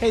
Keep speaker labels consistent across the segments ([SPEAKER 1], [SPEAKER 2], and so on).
[SPEAKER 1] Hey,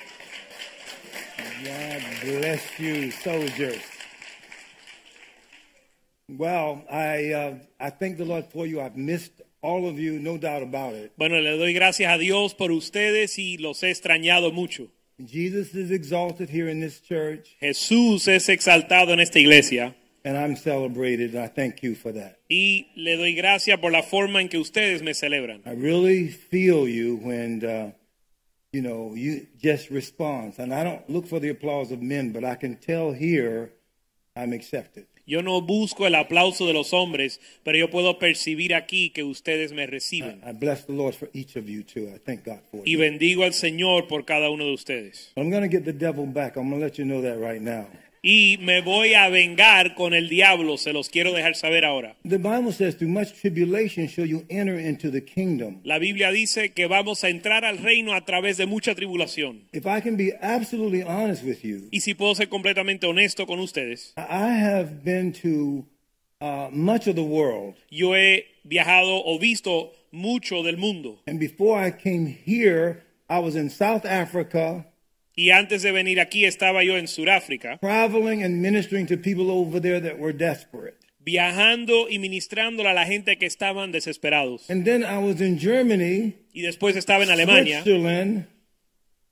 [SPEAKER 2] God bless you, soldiers. Well, I uh, I thank the Lord for you. I've missed all of you, no doubt about it.
[SPEAKER 3] Bueno, le doy gracias a Dios por ustedes y los he extrañado mucho.
[SPEAKER 2] Jesus is exalted here in this church,
[SPEAKER 3] Jesús es exaltado en esta iglesia
[SPEAKER 2] and I'm celebrated. I thank you for that.
[SPEAKER 3] y le doy gracias por la forma en que ustedes me celebran.
[SPEAKER 2] I really feel you when uh, you know you just respond, and I don't look for the applause of men, but I can tell here I'm accepted.
[SPEAKER 3] Yo no busco el aplauso de los hombres, pero yo puedo percibir aquí que ustedes me reciben.
[SPEAKER 2] I bless the Lord for each of you too. I thank God for
[SPEAKER 3] Y
[SPEAKER 2] you.
[SPEAKER 3] bendigo al Señor por cada uno de ustedes.
[SPEAKER 2] I'm going to get the devil back. I'm going to let you know that right now.
[SPEAKER 3] Y me voy a vengar con el diablo, se los quiero dejar saber ahora.
[SPEAKER 2] The Bible says, through much tribulation shall you enter into the kingdom.
[SPEAKER 3] La Biblia dice que vamos a entrar al reino a través de mucha tribulación.
[SPEAKER 2] If I can be absolutely honest with you,
[SPEAKER 3] Y si puedo ser completamente honesto con ustedes,
[SPEAKER 2] I have been to uh, much of the world.
[SPEAKER 3] yo he viajado o visto mucho del mundo.
[SPEAKER 2] And before I came here, I was in South Africa,
[SPEAKER 3] Y antes de venir aquí estaba yo en Sudáfrica,
[SPEAKER 2] traveling and ministering to people over there that were desperate.
[SPEAKER 3] viajando y ministrándole a la gente que estaban desesperados.
[SPEAKER 2] And then I was in Germany,
[SPEAKER 3] Y después estaba en Alemania,
[SPEAKER 2] Switzerland,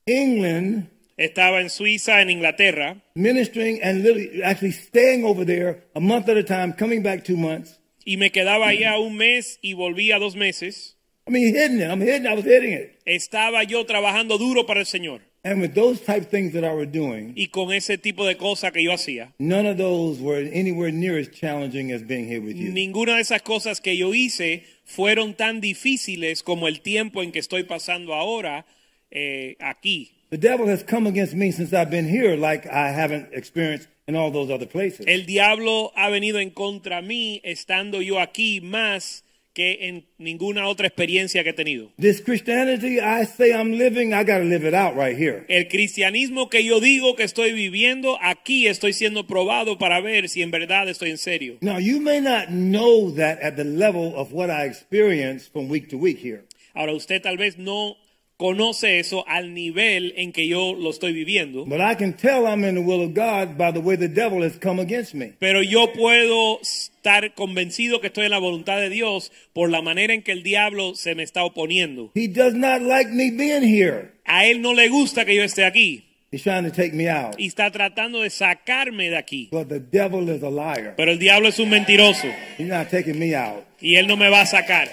[SPEAKER 2] England,
[SPEAKER 3] estaba en Suiza, en Inglaterra,
[SPEAKER 2] ministering and literally actually staying over there a month at a time, coming back two months.
[SPEAKER 3] y me quedaba allá un mes y volvía dos meses.
[SPEAKER 2] I mean, hitting it. I'm hitting. I was hitting it.
[SPEAKER 3] Estaba yo trabajando duro para el Señor.
[SPEAKER 2] And with those type things that I were doing,
[SPEAKER 3] Y con ese tipo de cosas que yo hacía,
[SPEAKER 2] none of those were anywhere near as challenging as being here with you.
[SPEAKER 3] ninguna de esas cosas que yo hice fueron tan difíciles como el tiempo en que estoy pasando ahora eh, aquí.
[SPEAKER 2] The devil has come against me since I've been here, like I haven't experienced in all those other places.
[SPEAKER 3] El diablo ha venido en contra mí estando yo aquí más que en ninguna otra experiencia que he tenido.
[SPEAKER 2] This Christianity I say I'm living, I gotta live it out right here.
[SPEAKER 3] El cristianismo que yo digo que estoy viviendo, aquí estoy siendo probado para ver si en verdad estoy en serio.
[SPEAKER 2] Now you may not know that at the level of what I experience from week to week here.
[SPEAKER 3] Ahora usted tal vez no conoce eso al nivel en que yo lo estoy viviendo,
[SPEAKER 2] But I can tell I'm in the will of God by the way the devil has come against me.
[SPEAKER 3] pero yo puedo estar convencido que estoy en la voluntad de Dios por la manera en que el diablo se me está oponiendo.
[SPEAKER 2] He does not like me being here.
[SPEAKER 3] A él no le gusta que yo esté aquí.
[SPEAKER 2] He's trying to take me out.
[SPEAKER 3] y está tratando de sacarme de aquí.
[SPEAKER 2] But the devil is a liar.
[SPEAKER 3] Pero el diablo es un mentiroso
[SPEAKER 2] He's not taking me out.
[SPEAKER 3] y él no me va a sacar.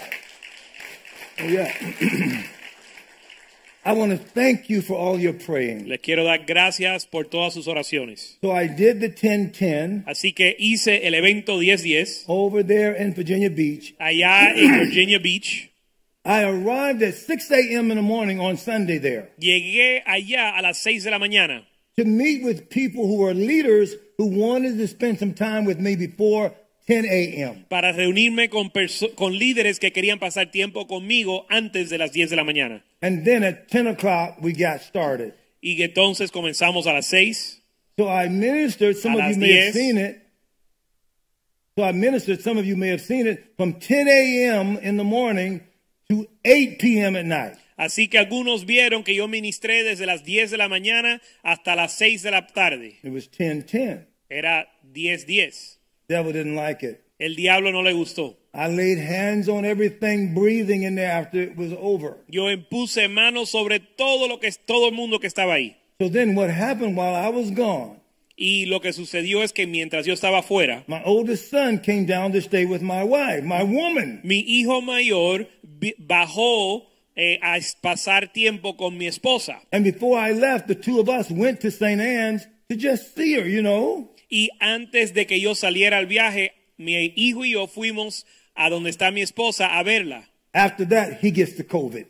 [SPEAKER 2] Oh, yeah. I want to thank you for all your praying.
[SPEAKER 3] Les quiero dar gracias por todas sus oraciones.
[SPEAKER 2] So I did the 1010
[SPEAKER 3] Así que hice el evento 1010
[SPEAKER 2] over there in Virginia Beach.
[SPEAKER 3] allá en Virginia Beach.
[SPEAKER 2] I arrived at 6 a.m. in the morning on Sunday there
[SPEAKER 3] Llegué allá a las 6 de la mañana
[SPEAKER 2] to meet with people who were leaders who wanted to spend some time with me before 10 a.m.
[SPEAKER 3] para reunirme con, perso- con líderes que querían pasar tiempo conmigo antes de las 10 de la mañana.
[SPEAKER 2] And then at 10 o'clock, we got started.
[SPEAKER 3] Y entonces comenzamos a las 6.
[SPEAKER 2] So I ministered, some
[SPEAKER 3] A
[SPEAKER 2] of
[SPEAKER 3] las
[SPEAKER 2] you may have
[SPEAKER 3] 10.
[SPEAKER 2] seen it. So I ministered, some of you may have seen it, from 10 a.m. in the morning to 8 p.m. at night.
[SPEAKER 3] Así que algunos vieron que yo ministré desde las 10 de la mañana hasta las 6 de la tarde.
[SPEAKER 2] It was 1010.
[SPEAKER 3] Era 10-10.
[SPEAKER 2] Devil didn't like it.
[SPEAKER 3] El diablo no le gustó.
[SPEAKER 2] I laid hands on everything breathing in there after it was over.
[SPEAKER 3] Yo impuse manos sobre todo lo que todo el mundo que estaba ahí.
[SPEAKER 2] So then what happened while I was gone,
[SPEAKER 3] Y lo que sucedió es que mientras yo estaba afuera,
[SPEAKER 2] my oldest son came down to stay with my wife, my woman.
[SPEAKER 3] mi hijo mayor vi- bajó eh, a es- pasar tiempo con mi esposa.
[SPEAKER 2] And before I left, the two of us went to St. Anne's to just see her, you know.
[SPEAKER 3] Y antes de que yo saliera al viaje, mi hijo y yo fuimos a donde está mi esposa a verla.
[SPEAKER 2] After that, he gets the COVID.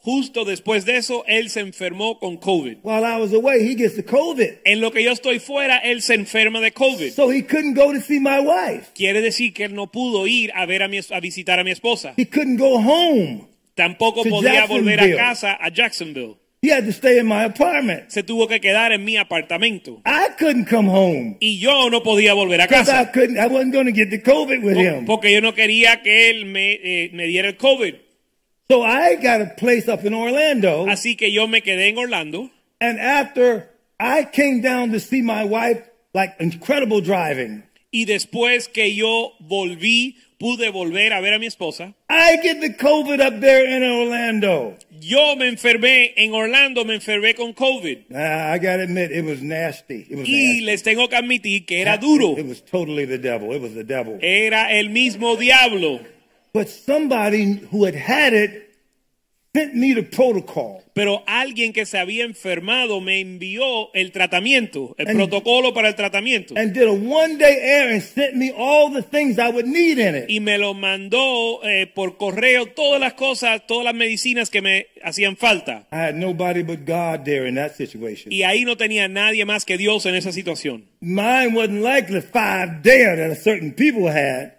[SPEAKER 3] Justo después de eso, él se enfermó con COVID.
[SPEAKER 2] While I was away, he gets the COVID.
[SPEAKER 3] En lo que yo estoy fuera, él se enferma de COVID.
[SPEAKER 2] So he couldn't go to see my wife.
[SPEAKER 3] Quiere decir que él no pudo ir a ver a, mi, a visitar a mi esposa.
[SPEAKER 2] He couldn't go home.
[SPEAKER 3] Tampoco
[SPEAKER 2] To
[SPEAKER 3] podía volver a
[SPEAKER 2] Jacksonville.
[SPEAKER 3] casa a Jacksonville.
[SPEAKER 2] He had to stay in my apartment.
[SPEAKER 3] Se tuvo que quedar en mi apartamento.
[SPEAKER 2] I couldn't come home
[SPEAKER 3] Y yo no podía volver a
[SPEAKER 2] because I
[SPEAKER 3] casa.
[SPEAKER 2] couldn't. I wasn't going to get the COVID with
[SPEAKER 3] po-
[SPEAKER 2] him.
[SPEAKER 3] Porque yo no quería que él me, eh, me diera el COVID.
[SPEAKER 2] So I got a place up in Orlando,
[SPEAKER 3] Así que yo me quedé en Orlando.
[SPEAKER 2] and after I came down to see my wife, like incredible driving.
[SPEAKER 3] Y después que yo volví, pude volver a ver a mi esposa.
[SPEAKER 2] I get the COVID up there in Orlando.
[SPEAKER 3] Yo me enfermé en Orlando, me enfermé con COVID.
[SPEAKER 2] Nah, I gotta admit, it was nasty. It was
[SPEAKER 3] Y
[SPEAKER 2] nasty.
[SPEAKER 3] les tengo que admitir que era duro.
[SPEAKER 2] It was totally the devil. It was the devil.
[SPEAKER 3] Era el mismo diablo.
[SPEAKER 2] But somebody who had had it sent me the protocol.
[SPEAKER 3] Pero alguien que se había enfermado me envió el tratamiento, el
[SPEAKER 2] And-
[SPEAKER 3] protocolo para el tratamiento.
[SPEAKER 2] and did a one day errand and sent me all the things I would need in it.
[SPEAKER 3] y me lo mandó eh, por correo todas las cosas, todas las medicinas que me hacían falta.
[SPEAKER 2] I had nobody but God there in that situation.
[SPEAKER 3] Y ahí no tenía nadie más que Dios en esa situación.
[SPEAKER 2] Mine wasn't like the five dare that a certain people had.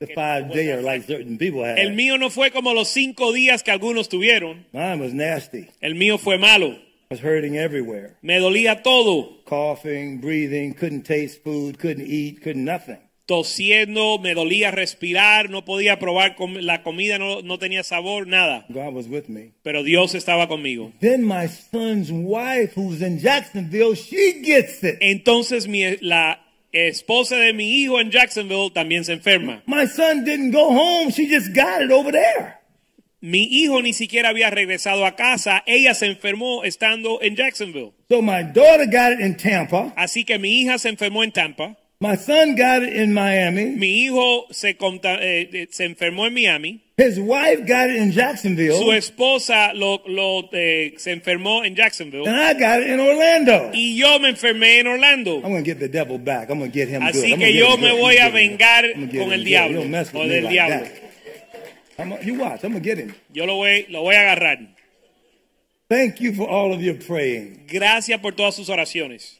[SPEAKER 2] The five dare like certain people had.
[SPEAKER 3] El mío no fue como los cinco días que algunos tuvieron.
[SPEAKER 2] Mine was nasty.
[SPEAKER 3] El mío fue malo.
[SPEAKER 2] I was hurting everywhere.
[SPEAKER 3] Me dolía todo.
[SPEAKER 2] Coughing, breathing, couldn't taste food, couldn't eat, couldn't nothing.
[SPEAKER 3] Tosiendo, me dolía respirar, no podía probar com- la comida, no, no tenía sabor, nada.
[SPEAKER 2] God was with me.
[SPEAKER 3] Pero Dios estaba conmigo.
[SPEAKER 2] Then my son's wife, who's in Jacksonville, she gets it.
[SPEAKER 3] Entonces mi- la esposa de mi hijo en Jacksonville también se enferma.
[SPEAKER 2] My son didn't go home. She just got it over there.
[SPEAKER 3] Mi hijo ni siquiera había regresado a casa. Ella se enfermó estando en Jacksonville.
[SPEAKER 2] So my daughter got it in Tampa.
[SPEAKER 3] Así que mi hija se enfermó en Tampa.
[SPEAKER 2] My son got it in Miami.
[SPEAKER 3] Mi hijo se, conta- eh, eh, se enfermó en Miami.
[SPEAKER 2] His wife got it in
[SPEAKER 3] Su
[SPEAKER 2] Jacksonville.
[SPEAKER 3] esposa lo, lo, eh, se enfermó en
[SPEAKER 2] And
[SPEAKER 3] Jacksonville.
[SPEAKER 2] I got it in Orlando.
[SPEAKER 3] Y yo me enfermé en Orlando.
[SPEAKER 2] I'm going to get the devil back. I'm going to get him
[SPEAKER 3] Así
[SPEAKER 2] good. I'm
[SPEAKER 3] que
[SPEAKER 2] gonna get
[SPEAKER 3] yo
[SPEAKER 2] him
[SPEAKER 3] me
[SPEAKER 2] good.
[SPEAKER 3] voy a
[SPEAKER 2] I'm gonna
[SPEAKER 3] vengar
[SPEAKER 2] get him good.
[SPEAKER 3] con
[SPEAKER 2] I'm
[SPEAKER 3] el
[SPEAKER 2] gonna get him
[SPEAKER 3] diablo,
[SPEAKER 2] good. You don't mess with
[SPEAKER 3] o
[SPEAKER 2] me
[SPEAKER 3] del
[SPEAKER 2] like
[SPEAKER 3] diablo.
[SPEAKER 2] that. I'm gonna- you watch. I'm going to get him.
[SPEAKER 3] Yo lo voy, lo voy a agarrar.
[SPEAKER 2] Thank you for all of your praying.
[SPEAKER 3] Gracias por todas sus oraciones.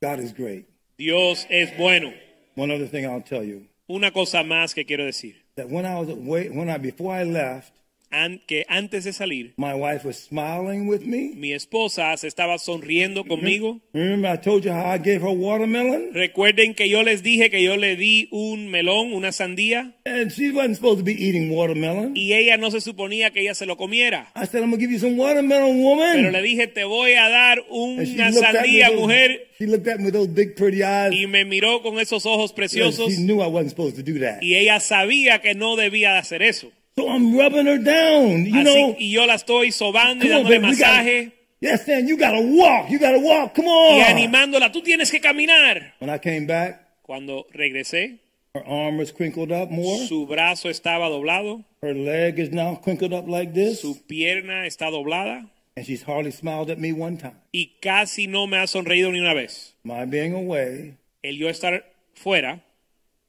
[SPEAKER 2] God is great.
[SPEAKER 3] Dios es bueno.
[SPEAKER 2] One other thing I'll tell you
[SPEAKER 3] Una cosa más que quiero decir.
[SPEAKER 2] that when I was away, when I before I left,
[SPEAKER 3] An- que antes de salir,
[SPEAKER 2] my wife was smiling with me.
[SPEAKER 3] mi esposa se estaba sonriendo conmigo.
[SPEAKER 2] Remember, I told you how I gave her watermelon,
[SPEAKER 3] Recuerden que yo les dije que yo le di un melón, una sandía,
[SPEAKER 2] and she wasn't supposed to be eating watermelon.
[SPEAKER 3] y ella no se suponía que ella se lo comiera.
[SPEAKER 2] I said, I'm gonna give you some watermelon, woman.
[SPEAKER 3] Pero le dije, te voy a dar
[SPEAKER 2] And she
[SPEAKER 3] una
[SPEAKER 2] looked at me
[SPEAKER 3] sandía,
[SPEAKER 2] with those-
[SPEAKER 3] mujer,
[SPEAKER 2] She looked at me with those big pretty eyes.
[SPEAKER 3] y me miró con esos ojos
[SPEAKER 2] and
[SPEAKER 3] preciosos,
[SPEAKER 2] she knew I wasn't supposed to do that.
[SPEAKER 3] y ella sabía que no debía de hacer eso.
[SPEAKER 2] So I'm rubbing her down. You
[SPEAKER 3] Así-
[SPEAKER 2] know,
[SPEAKER 3] y yo la estoy sobando y
[SPEAKER 2] come on,
[SPEAKER 3] dándole
[SPEAKER 2] baby, we gotta,
[SPEAKER 3] masaje
[SPEAKER 2] yes, man, you gotta walk. You gotta walk. Come
[SPEAKER 3] y
[SPEAKER 2] on.
[SPEAKER 3] animándola, tú tienes que caminar.
[SPEAKER 2] When I came back,
[SPEAKER 3] Cuando regresé,
[SPEAKER 2] her arm was crinkled up more.
[SPEAKER 3] su brazo estaba doblado,
[SPEAKER 2] Her leg is now crinkled up like this,
[SPEAKER 3] su pierna está doblada,
[SPEAKER 2] and she's hardly smiled at me one time.
[SPEAKER 3] y casi no me ha sonreído ni una vez.
[SPEAKER 2] My being away
[SPEAKER 3] El yo estar fuera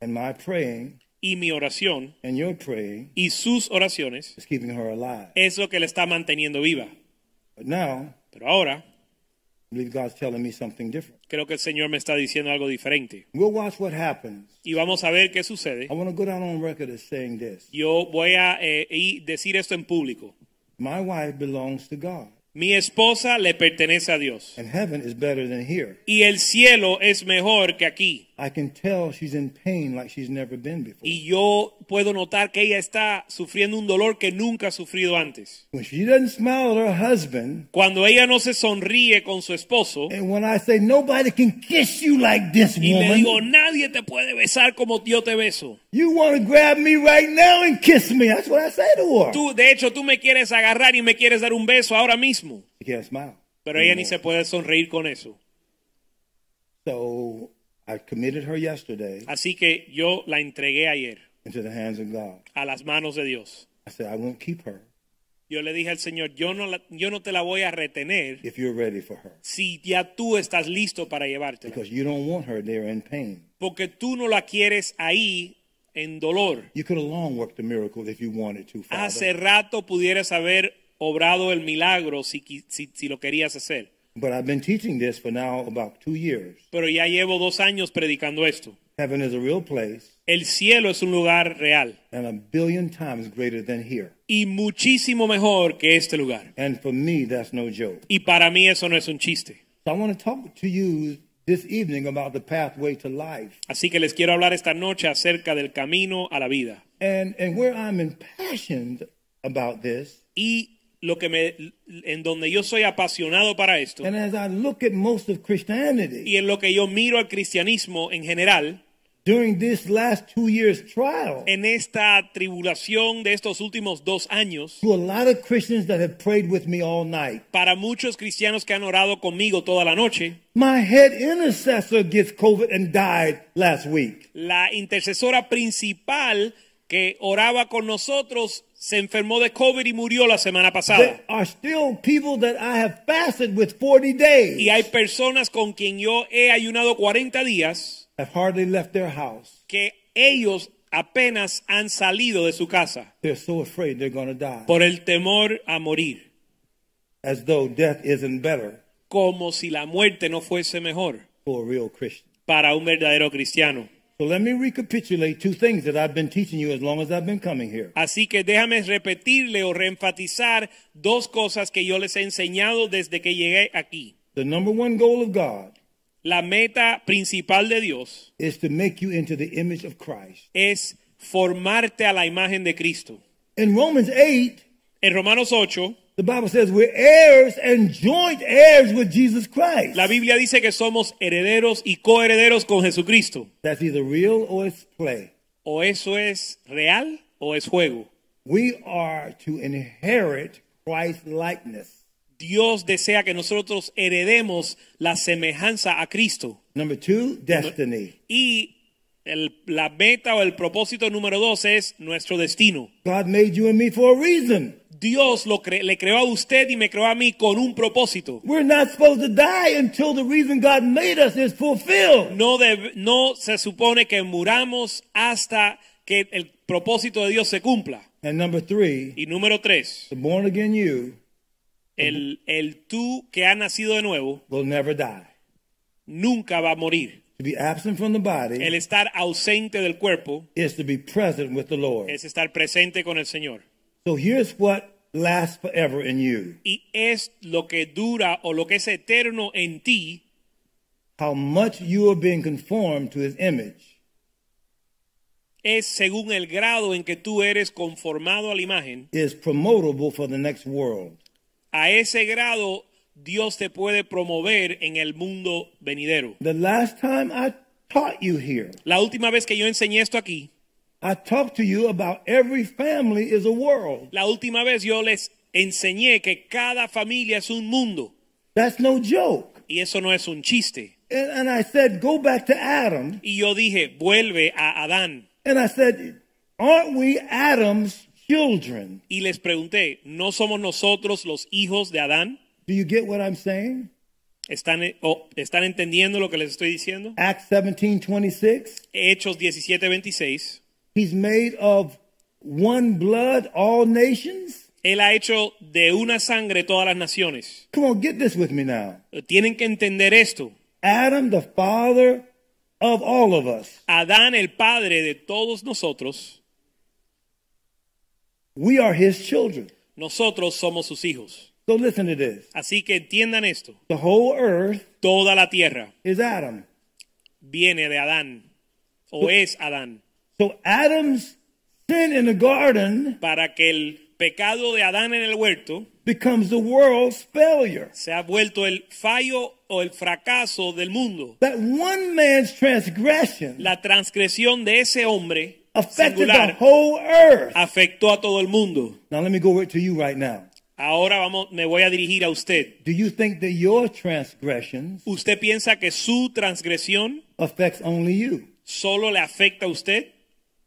[SPEAKER 2] and my praying
[SPEAKER 3] y mi oración
[SPEAKER 2] and your praying
[SPEAKER 3] y sus oraciones
[SPEAKER 2] is keeping her alive.
[SPEAKER 3] es lo que la está manteniendo viva.
[SPEAKER 2] But now,
[SPEAKER 3] Pero ahora
[SPEAKER 2] I believe God's telling me something different.
[SPEAKER 3] creo que el Señor me está diciendo algo diferente.
[SPEAKER 2] We'll watch what happens.
[SPEAKER 3] Y vamos a ver qué sucede.
[SPEAKER 2] I want to go down on record as saying this.
[SPEAKER 3] Yo voy a eh, y decir esto en público.
[SPEAKER 2] My wife belongs to God,
[SPEAKER 3] Mi esposa le pertenece a Dios.
[SPEAKER 2] and heaven is better than here.
[SPEAKER 3] Y el cielo es mejor que aquí.
[SPEAKER 2] I can tell she's in pain like she's never been before.
[SPEAKER 3] Y yo puedo notar que ella está sufriendo un dolor que nunca ha sufrido antes.
[SPEAKER 2] When she doesn't smile at her husband,
[SPEAKER 3] Cuando ella no se sonríe con su esposo
[SPEAKER 2] and when I say nobody can kiss you like this
[SPEAKER 3] y le digo,
[SPEAKER 2] woman,
[SPEAKER 3] nadie te puede besar como yo te beso.
[SPEAKER 2] you want to grab me right now and kiss me. That's what I say to her.
[SPEAKER 3] Tú, de hecho, tú me quieres agarrar y me quieres dar un beso ahora mismo.
[SPEAKER 2] She can't smile.
[SPEAKER 3] Pero ella ni se puede sonreír con eso.
[SPEAKER 2] So I committed her yesterday
[SPEAKER 3] Así que yo la entregué ayer
[SPEAKER 2] into the hands of God.
[SPEAKER 3] a las manos de Dios.
[SPEAKER 2] I said, I won't keep her
[SPEAKER 3] Yo le dije al Señor, yo no, la- yo no te la voy a retener
[SPEAKER 2] if you're ready for her,
[SPEAKER 3] si ya tú estás listo para llevártela.
[SPEAKER 2] because you don't want her there in pain.
[SPEAKER 3] Porque tú no la quieres ahí en dolor.
[SPEAKER 2] You could have long worked the miracle if you wanted to,
[SPEAKER 3] Hace
[SPEAKER 2] Father.
[SPEAKER 3] rato pudieras haber obrado el milagro si, qui- si- si lo querías hacer.
[SPEAKER 2] But I've been teaching this for now about two years.
[SPEAKER 3] Pero ya llevo dos años predicando esto.
[SPEAKER 2] Heaven is a real place
[SPEAKER 3] El cielo es un lugar real
[SPEAKER 2] and a billion times greater than here.
[SPEAKER 3] y muchísimo mejor que este lugar.
[SPEAKER 2] And for me, that's no joke.
[SPEAKER 3] Y para mí eso no es un chiste.
[SPEAKER 2] So I want to talk to you this evening about the pathway to life
[SPEAKER 3] Así que les quiero hablar esta noche acerca del camino a la vida.
[SPEAKER 2] and, and where I'm impassioned about this.
[SPEAKER 3] Y lo que me, en donde yo soy apasionado para esto
[SPEAKER 2] And as I look at most of Christianity
[SPEAKER 3] y en lo que yo miro al cristianismo en general,
[SPEAKER 2] during this last two years trial,
[SPEAKER 3] en esta tribulación de estos últimos dos años,
[SPEAKER 2] to a lot of Christians that have prayed with me all night,
[SPEAKER 3] para muchos cristianos que han orado conmigo toda la noche,
[SPEAKER 2] my head intercessor gets COVID and died last week.
[SPEAKER 3] la intercesora principal que oraba con nosotros se enfermó de COVID y murió la semana pasada.
[SPEAKER 2] There are still people that I have fasted with 40 days,
[SPEAKER 3] Y hay personas con quien yo he ayunado 40 días
[SPEAKER 2] have hardly left their house.
[SPEAKER 3] que ellos apenas han salido de su casa
[SPEAKER 2] They're so afraid they're going to die,
[SPEAKER 3] por el temor a morir,
[SPEAKER 2] as though death isn't better
[SPEAKER 3] como si la muerte no fuese mejor
[SPEAKER 2] for a real Christian.
[SPEAKER 3] para un verdadero cristiano.
[SPEAKER 2] So let me recapitulate two things that I've been teaching you as long as I've been coming here.
[SPEAKER 3] Así que déjame repetirle o reenfatizar dos cosas que yo les he enseñado desde que llegué aquí.
[SPEAKER 2] The number one goal of God
[SPEAKER 3] La meta principal de Dios
[SPEAKER 2] is to make you into the image of Christ.
[SPEAKER 3] es formarte a la imagen de Cristo.
[SPEAKER 2] In Romans 8,
[SPEAKER 3] En Romanos 8,
[SPEAKER 2] the Bible says we're heirs and joint heirs with Jesus Christ.
[SPEAKER 3] la Biblia dice que somos herederos y coherederos con Jesucristo.
[SPEAKER 2] That's either real or it's play.
[SPEAKER 3] O eso es real o es juego.
[SPEAKER 2] We are to inherit Christ's likeness.
[SPEAKER 3] Dios desea que nosotros heredemos la semejanza a Cristo.
[SPEAKER 2] Number two, destiny.
[SPEAKER 3] Y el- la meta o el propósito número dos es nuestro destino.
[SPEAKER 2] God made you and me for a reason.
[SPEAKER 3] Dios lo cre- le creó a usted y me creó a mí con un propósito.
[SPEAKER 2] We're not supposed to die until the reason God made us is fulfilled.
[SPEAKER 3] No, deb- no se supone que muramos hasta que el propósito de Dios se cumpla.
[SPEAKER 2] And number three,
[SPEAKER 3] Y número tres,
[SPEAKER 2] the born again you
[SPEAKER 3] el, el tú que ha nacido de nuevo
[SPEAKER 2] will never die.
[SPEAKER 3] nunca va a morir.
[SPEAKER 2] To be absent from the
[SPEAKER 3] El
[SPEAKER 2] body
[SPEAKER 3] estar ausente del cuerpo
[SPEAKER 2] is to be present with the Lord.
[SPEAKER 3] es estar presente con el Señor.
[SPEAKER 2] So here's what lasts forever in you
[SPEAKER 3] Y es lo que dura o lo que es eterno en ti,
[SPEAKER 2] how much you are being conformed to his image.
[SPEAKER 3] es según el grado en que tú eres conformado a la imagen.
[SPEAKER 2] is promotable for the next world.
[SPEAKER 3] A ese grado Dios te puede promover en el mundo venidero.
[SPEAKER 2] The last time I taught you here,
[SPEAKER 3] La última vez que yo enseñé esto aquí,
[SPEAKER 2] I talked to you about every family is a world.
[SPEAKER 3] la última vez yo les enseñé que cada familia es un mundo
[SPEAKER 2] That's no joke.
[SPEAKER 3] y eso no es un chiste.
[SPEAKER 2] And, and I said, go back to Adam.
[SPEAKER 3] Y yo dije, vuelve a Adán.
[SPEAKER 2] And I said, aren't we Adam's children?
[SPEAKER 3] Y les pregunté, ¿no somos nosotros los hijos de Adán?
[SPEAKER 2] Do you get what I'm saying?
[SPEAKER 3] ¿Están, eh, o- ¿están entendiendo lo que les estoy diciendo?
[SPEAKER 2] Acts 17, 26.
[SPEAKER 3] Hechos 17, 26.
[SPEAKER 2] He's made of one blood, all nations.
[SPEAKER 3] Él ha hecho de una sangre todas las naciones.
[SPEAKER 2] Come on, get this with me now.
[SPEAKER 3] Tienen que entender esto.
[SPEAKER 2] Adam, the father of all of us.
[SPEAKER 3] Adán, el padre de todos nosotros,
[SPEAKER 2] We are his children.
[SPEAKER 3] nosotros somos sus hijos.
[SPEAKER 2] So listen to this.
[SPEAKER 3] Así que entiendan esto.
[SPEAKER 2] The whole earth
[SPEAKER 3] Toda la tierra
[SPEAKER 2] is Adam.
[SPEAKER 3] viene de Adán o es Adán.
[SPEAKER 2] So Adam's sin in the garden
[SPEAKER 3] Para que el pecado de Adán en el huerto
[SPEAKER 2] becomes the world's failure.
[SPEAKER 3] se ha vuelto el fallo o el fracaso del mundo.
[SPEAKER 2] That one man's transgression
[SPEAKER 3] La transgresión de ese hombre
[SPEAKER 2] affected the
[SPEAKER 3] singular
[SPEAKER 2] whole earth.
[SPEAKER 3] afectó a todo el mundo.
[SPEAKER 2] Now let me go to you right now.
[SPEAKER 3] Ahora vamos, me voy a dirigir a usted.
[SPEAKER 2] Do you think that your transgressions
[SPEAKER 3] ¿Usted piensa que su transgresión
[SPEAKER 2] affects only you?
[SPEAKER 3] solo le afecta a usted?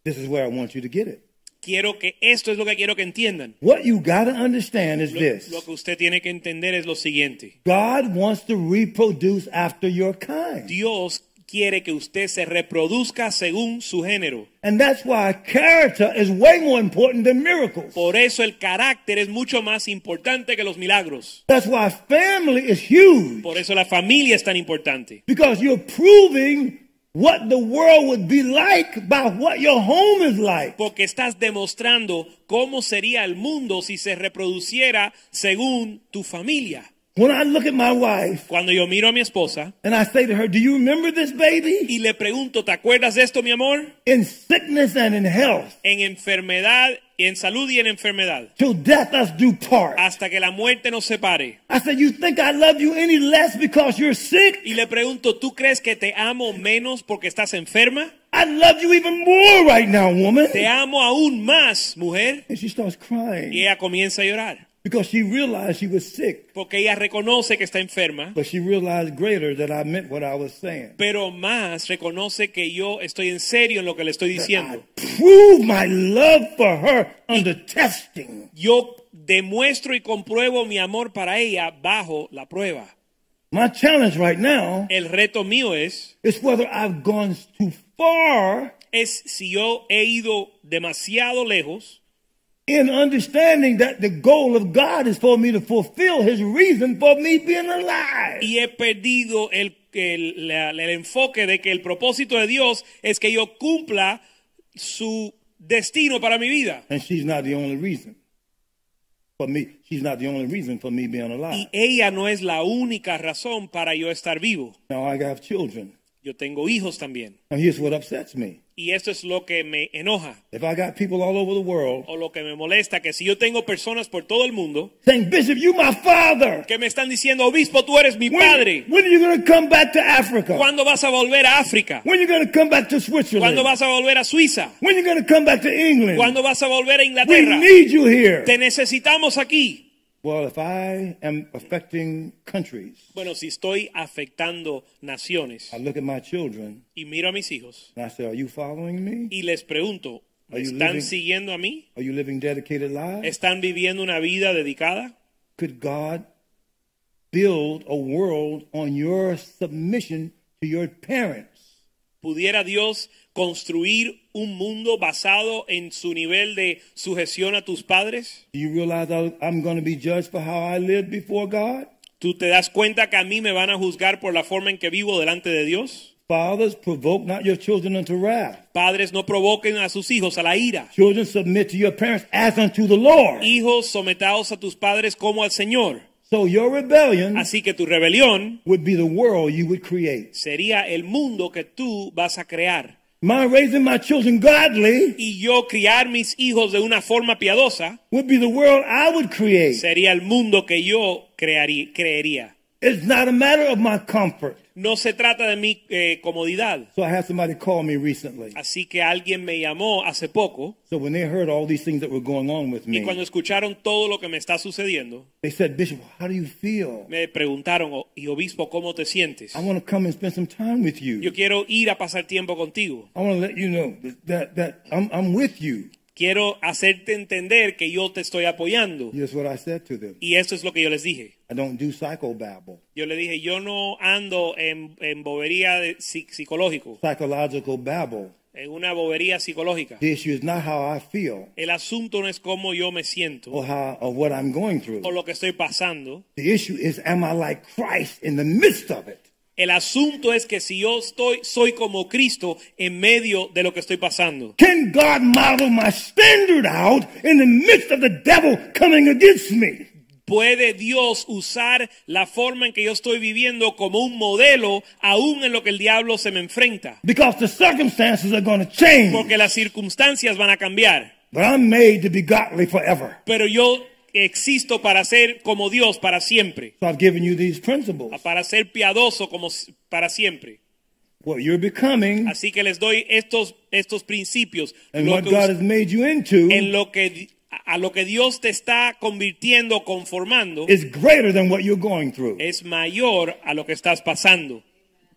[SPEAKER 2] This is where I want you to get it.
[SPEAKER 3] Quiero que esto es lo que quiero que entiendan.
[SPEAKER 2] What you got to understand is
[SPEAKER 3] Lo,
[SPEAKER 2] this.
[SPEAKER 3] lo que usted tiene que entender es lo siguiente.
[SPEAKER 2] God wants to reproduce after your kind.
[SPEAKER 3] Dios quiere que usted se reproduzca según su género.
[SPEAKER 2] And that's why character is way more important than miracles.
[SPEAKER 3] Por eso el carácter es mucho más importante que los milagros.
[SPEAKER 2] That's why family is huge.
[SPEAKER 3] Por eso la familia es tan importante.
[SPEAKER 2] Because you're proving what the world would be like by what your home is like.
[SPEAKER 3] Porque estás demostrando cómo sería el mundo si se reproduciera según tu familia.
[SPEAKER 2] When I look at my wife
[SPEAKER 3] Cuando yo miro a mi esposa
[SPEAKER 2] and I say to her, Do you remember this baby?
[SPEAKER 3] y le pregunto, ¿te acuerdas de esto, mi amor?
[SPEAKER 2] In sickness and in health,
[SPEAKER 3] En enfermedad, en salud y en enfermedad.
[SPEAKER 2] till death us do part.
[SPEAKER 3] Hasta que la muerte nos separe.
[SPEAKER 2] I said, You think I love you any less because you're sick?
[SPEAKER 3] Y le pregunto, ¿tú crees que te amo menos porque estás enferma?
[SPEAKER 2] I love you even more right now, woman.
[SPEAKER 3] Te amo aún más, mujer.
[SPEAKER 2] And she starts crying
[SPEAKER 3] Y ella comienza a llorar.
[SPEAKER 2] because she realized she was sick.
[SPEAKER 3] Porque ella reconoce que está enferma,
[SPEAKER 2] But she realized greater that I meant what I was saying.
[SPEAKER 3] pero más reconoce que yo estoy en serio en lo que le estoy
[SPEAKER 2] I
[SPEAKER 3] diciendo.
[SPEAKER 2] prove my love for her under testing.
[SPEAKER 3] Yo demuestro y compruebo mi amor para ella bajo la prueba.
[SPEAKER 2] My challenge right now
[SPEAKER 3] El reto mío es,
[SPEAKER 2] is whether I've gone too far
[SPEAKER 3] es si yo he ido demasiado lejos
[SPEAKER 2] in understanding that the goal of God is for me to fulfill his reason for me being alive.
[SPEAKER 3] y he perdido el, el- la- el enfoque de que el propósito de Dios es que yo cumpla su destino para mi vida.
[SPEAKER 2] And she's not the only reason for me. She's not the only reason for me being alive.
[SPEAKER 3] Y ella no es la única razón para yo estar vivo.
[SPEAKER 2] Now I have children.
[SPEAKER 3] Yo tengo hijos también.
[SPEAKER 2] Now here's what upsets me.
[SPEAKER 3] Y esto es lo que me enoja
[SPEAKER 2] If I got people all over the world
[SPEAKER 3] o lo que me molesta, que si yo tengo personas por todo el mundo
[SPEAKER 2] saying, Bishop, you my father.
[SPEAKER 3] que me están diciendo, obispo, tú eres mi
[SPEAKER 2] When,
[SPEAKER 3] padre,
[SPEAKER 2] when are you going to come back to Africa?
[SPEAKER 3] ¿cuándo vas a volver a África?
[SPEAKER 2] When are you going to come back to Switzerland?
[SPEAKER 3] ¿Cuándo vas a volver a Suiza?
[SPEAKER 2] When are you going to come back to England?
[SPEAKER 3] ¿Cuándo vas a volver a
[SPEAKER 2] we
[SPEAKER 3] Inglaterra?
[SPEAKER 2] need you here.
[SPEAKER 3] Te necesitamos aquí.
[SPEAKER 2] Well, if I am affecting countries,
[SPEAKER 3] Bueno, si estoy afectando naciones
[SPEAKER 2] I look at my children
[SPEAKER 3] y miro a mis hijos
[SPEAKER 2] and I say, Are you following me?
[SPEAKER 3] y les pregunto, ¿me
[SPEAKER 2] Are you
[SPEAKER 3] ¿están
[SPEAKER 2] living-
[SPEAKER 3] siguiendo a mí?
[SPEAKER 2] Are you living dedicated lives?
[SPEAKER 3] ¿Están viviendo una vida dedicada?
[SPEAKER 2] Could God build a world on your submission to your parents?
[SPEAKER 3] ¿Pudiera Dios construir un mundo basado en su nivel de sujeción a tus padres?
[SPEAKER 2] Do you realize I- I'm going to be judged for how I lived before God?
[SPEAKER 3] ¿Tú te das cuenta que a mí me van a juzgar por la forma en que vivo delante de Dios?
[SPEAKER 2] Fathers, provoke not your children unto wrath.
[SPEAKER 3] Padres no provoquen a sus hijos a la ira.
[SPEAKER 2] Children, submit to your parents as unto the Lord.
[SPEAKER 3] Hijos sometados a tus padres como al Señor.
[SPEAKER 2] So your rebellion
[SPEAKER 3] Así que tu rebelión
[SPEAKER 2] would be the world you would create.
[SPEAKER 3] sería el mundo que tú vas a crear.
[SPEAKER 2] My raising my children godly
[SPEAKER 3] Y yo criar mis hijos de una forma piadosa
[SPEAKER 2] would be the world I would create.
[SPEAKER 3] sería el mundo que yo crearí- creería.
[SPEAKER 2] It's not a matter of my comfort.
[SPEAKER 3] No se trata de mi eh, comodidad.
[SPEAKER 2] So I had somebody call me recently.
[SPEAKER 3] Así que alguien me llamó hace poco
[SPEAKER 2] So when they heard all these things that were going on with
[SPEAKER 3] y cuando
[SPEAKER 2] me,
[SPEAKER 3] escucharon todo lo que me está sucediendo,
[SPEAKER 2] they said, Bishop, how do you feel?
[SPEAKER 3] me preguntaron, "Oh, y obispo, ¿cómo te sientes?
[SPEAKER 2] I want to come and spend some time with
[SPEAKER 3] Yo
[SPEAKER 2] you.
[SPEAKER 3] quiero ir a pasar tiempo contigo.
[SPEAKER 2] I want to let you know that, that, that I'm, I'm with you.
[SPEAKER 3] Quiero hacerte entender que yo te estoy apoyando.
[SPEAKER 2] Here's what I said to them.
[SPEAKER 3] Y esto es lo que yo les dije.
[SPEAKER 2] I don't do psychobabble.
[SPEAKER 3] Yo le dije, yo no ando en, en bobería de- psi- psicológico,
[SPEAKER 2] Psychological babble.
[SPEAKER 3] en una bobería psicológica.
[SPEAKER 2] The issue is not how I feel
[SPEAKER 3] El asunto no es cómo yo me siento
[SPEAKER 2] or how or what I'm going through.
[SPEAKER 3] o lo que estoy pasando.
[SPEAKER 2] The issue is, am I like Christ in the midst of it?
[SPEAKER 3] El asunto es que si yo estoy, soy como Cristo en medio de lo que estoy pasando.
[SPEAKER 2] Can God model my standard out in the midst of the devil coming against me?
[SPEAKER 3] ¿Puede Dios usar la forma en que yo estoy viviendo como un modelo aún en lo que el diablo se me enfrenta?
[SPEAKER 2] Because the circumstances are going to change.
[SPEAKER 3] Porque las circunstancias van a cambiar,
[SPEAKER 2] But I'm made to be godly forever.
[SPEAKER 3] pero yo existo para ser como Dios para siempre,
[SPEAKER 2] So I've given you these principles.
[SPEAKER 3] para ser piadoso como s- para siempre.
[SPEAKER 2] What you're becoming
[SPEAKER 3] Así que les doy estos, estos principios,
[SPEAKER 2] and
[SPEAKER 3] lo
[SPEAKER 2] what
[SPEAKER 3] que
[SPEAKER 2] God
[SPEAKER 3] us-
[SPEAKER 2] has made you into
[SPEAKER 3] en lo que di- a a lo que Dios te está convirtiendo, conformando,
[SPEAKER 2] is greater than what you're going through.
[SPEAKER 3] es mayor a lo que estás pasando.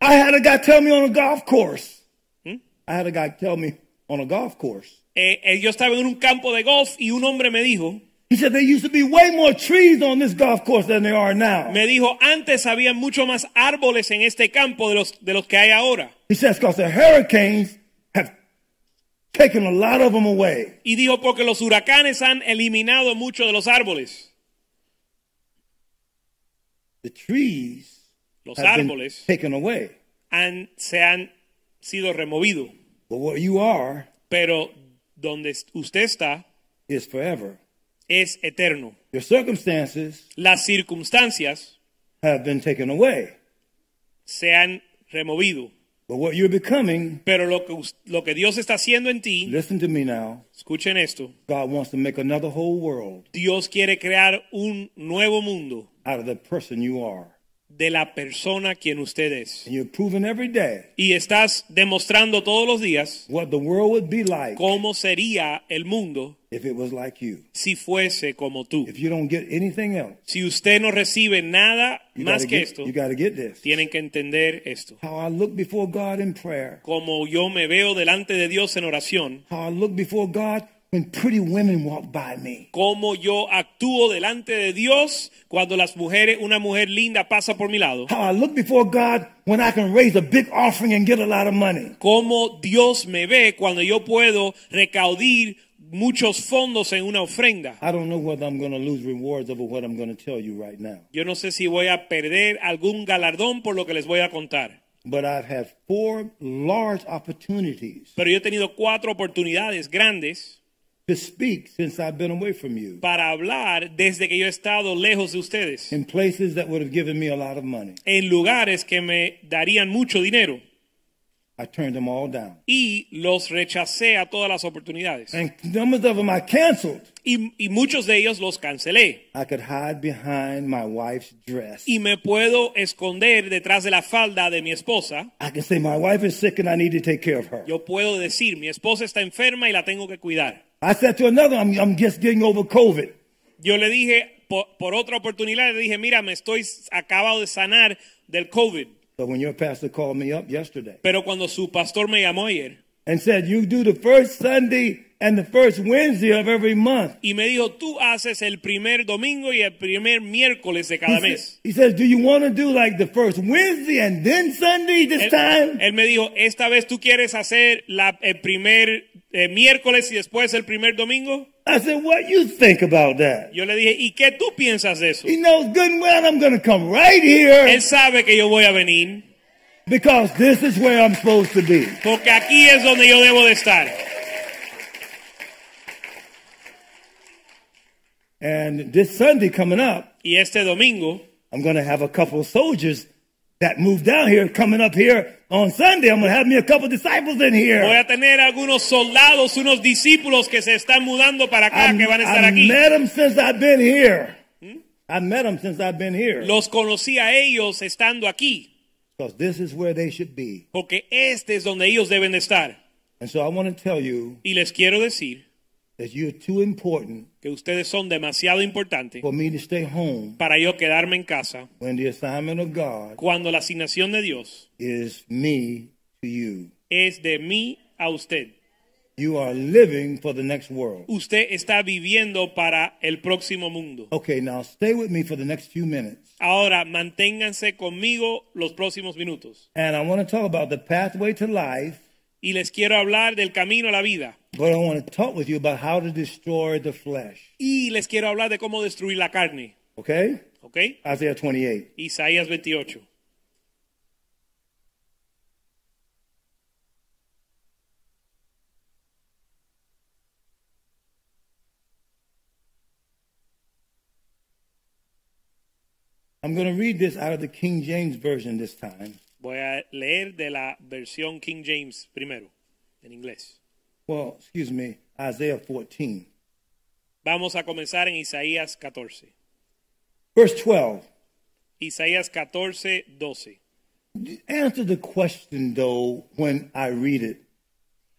[SPEAKER 2] I had a guy tell me on a golf course. I had a guy tell me on a golf course.
[SPEAKER 3] Eh, eh, yo estaba en un campo de golf y un hombre me dijo,
[SPEAKER 2] He said there used to be way more trees on this golf course than there are now.
[SPEAKER 3] Me dijo, antes había mucho más árboles en este campo de los, de los que hay ahora.
[SPEAKER 2] He says, because the hurricanes have taken a lot of them away.
[SPEAKER 3] Y dijo, porque los huracanes han eliminado muchos de los árboles.
[SPEAKER 2] The trees
[SPEAKER 3] Los
[SPEAKER 2] have been
[SPEAKER 3] árboles
[SPEAKER 2] taken away.
[SPEAKER 3] han, se han sido removidos.
[SPEAKER 2] But what you are
[SPEAKER 3] Pero donde est- usted está
[SPEAKER 2] is forever.
[SPEAKER 3] es eterno.
[SPEAKER 2] Your circumstances
[SPEAKER 3] Las circunstancias
[SPEAKER 2] have been taken away.
[SPEAKER 3] se han removido.
[SPEAKER 2] But what you're becoming,
[SPEAKER 3] Pero lo que, us- lo que Dios está haciendo en ti,
[SPEAKER 2] listen to me now.
[SPEAKER 3] escuchen esto,
[SPEAKER 2] God wants to make another whole world
[SPEAKER 3] Dios quiere crear un nuevo mundo
[SPEAKER 2] out of the person you are.
[SPEAKER 3] de la persona quien usted es.
[SPEAKER 2] And you're proving every day
[SPEAKER 3] Y estás demostrando todos los días
[SPEAKER 2] what the world would be like
[SPEAKER 3] cómo sería el mundo
[SPEAKER 2] if it was like you.
[SPEAKER 3] si fuese como tú.
[SPEAKER 2] If you don't get anything else,
[SPEAKER 3] Si usted no recibe nada
[SPEAKER 2] you
[SPEAKER 3] más
[SPEAKER 2] gotta
[SPEAKER 3] que
[SPEAKER 2] get-
[SPEAKER 3] esto,
[SPEAKER 2] you got to get this.
[SPEAKER 3] tienen que entender esto.
[SPEAKER 2] How I look before God in prayer.
[SPEAKER 3] Como yo me veo delante de Dios en oración,
[SPEAKER 2] How I look before God when pretty women walk by me.
[SPEAKER 3] como yo actúo delante de Dios cuando las mujeres, una mujer linda pasa por mi lado,
[SPEAKER 2] How I look before God when I can raise a big offering and get a lot of money.
[SPEAKER 3] cómo Dios me ve cuando yo puedo recaudir muchos fondos en una ofrenda.
[SPEAKER 2] I don't know whether I'm going to lose rewards over what I'm going to tell you right now.
[SPEAKER 3] Yo no sé si voy a perder algún galardón por lo que les voy a contar,
[SPEAKER 2] But I've had four large opportunities
[SPEAKER 3] pero yo he tenido cuatro oportunidades grandes
[SPEAKER 2] to speak since I've been away from you
[SPEAKER 3] para hablar desde que yo he estado lejos de ustedes.
[SPEAKER 2] in places that would have given me a lot of money.
[SPEAKER 3] en lugares que me darían mucho dinero
[SPEAKER 2] I turned them all down.
[SPEAKER 3] y los rechacé a todas las oportunidades.
[SPEAKER 2] And numbers of them I canceled.
[SPEAKER 3] Y, y muchos de ellos los cancelé.
[SPEAKER 2] I could hide behind my wife's dress.
[SPEAKER 3] Y me puedo esconder detrás de la falda de mi esposa.
[SPEAKER 2] I can say, My wife is sick and I need to take care of her.
[SPEAKER 3] Yo puedo decir, mi esposa está enferma y la tengo que cuidar.
[SPEAKER 2] I said to another, I'm, I'm just getting over COVID.
[SPEAKER 3] Yo le dije, por, por otra oportunidad, le dije, mira, me estoy acabado de sanar del COVID.
[SPEAKER 2] So when your pastor called me up yesterday
[SPEAKER 3] Pero cuando su pastor me llamó ayer
[SPEAKER 2] and said, You do the first Sunday and the first Wednesday of every month.
[SPEAKER 3] y me dijo, tú haces el primer domingo y el primer miércoles de cada
[SPEAKER 2] He,
[SPEAKER 3] mes.
[SPEAKER 2] sa- he says, Do you want to do like the first Wednesday and then Sunday this
[SPEAKER 3] Él,
[SPEAKER 2] time?
[SPEAKER 3] él me dijo, esta vez tú quieres hacer la- el primer eh, miércoles y después el primer domingo.
[SPEAKER 2] I said, What you think about that?
[SPEAKER 3] Yo le dije, ¿y qué tú piensas de eso?
[SPEAKER 2] He knows good and well I'm going to come right
[SPEAKER 3] Él
[SPEAKER 2] here
[SPEAKER 3] sabe que yo voy a venir
[SPEAKER 2] because this is where I'm supposed to be.
[SPEAKER 3] porque aquí es donde yo debo de estar.
[SPEAKER 2] And this Sunday coming up,
[SPEAKER 3] Y este domingo
[SPEAKER 2] I'm going to have a couple of soldiers that moved down here coming up here on Sunday. I'm going to have me a couple of disciples in
[SPEAKER 3] voy
[SPEAKER 2] here.
[SPEAKER 3] a tener algunos soldados, unos discípulos que se están mudando para acá,
[SPEAKER 2] I,
[SPEAKER 3] que van a estar
[SPEAKER 2] I
[SPEAKER 3] aquí. Hmm?
[SPEAKER 2] met them since I've been here. I met them since I've been here.
[SPEAKER 3] Los conocí a ellos estando aquí
[SPEAKER 2] Because this is where they should be.
[SPEAKER 3] porque este es donde ellos deben de estar.
[SPEAKER 2] And so I want to tell you
[SPEAKER 3] Y les quiero decir
[SPEAKER 2] that you're too important
[SPEAKER 3] que ustedes son demasiado importantes
[SPEAKER 2] for me to stay home
[SPEAKER 3] para yo quedarme en casa
[SPEAKER 2] when the assignment of God
[SPEAKER 3] cuando la asignación de Dios
[SPEAKER 2] is me to you.
[SPEAKER 3] es de mí a usted.
[SPEAKER 2] You are living for the next world.
[SPEAKER 3] Usted está viviendo para el próximo mundo.
[SPEAKER 2] Okay, now stay with me for the next few minutes.
[SPEAKER 3] Ahora manténganse conmigo los próximos minutos.
[SPEAKER 2] And I want to talk about the pathway to life
[SPEAKER 3] Y les quiero hablar del camino a la vida.
[SPEAKER 2] But I want to talk with you about how to destroy the flesh.
[SPEAKER 3] Y les quiero hablar de cómo destruir la carne.
[SPEAKER 2] Okay?
[SPEAKER 3] ¿Ok?
[SPEAKER 2] Isaiah 28.
[SPEAKER 3] Isaías 28.
[SPEAKER 2] I'm going to read this out of the King James Version this time.
[SPEAKER 3] Voy a leer de la versión King James primero, en inglés.
[SPEAKER 2] Well, excuse me, Isaiah 14.
[SPEAKER 3] Vamos a comenzar en Isaías 14.
[SPEAKER 2] Verse 12.
[SPEAKER 3] Isaías 14, 12.
[SPEAKER 2] Answer the question, though, when I read it.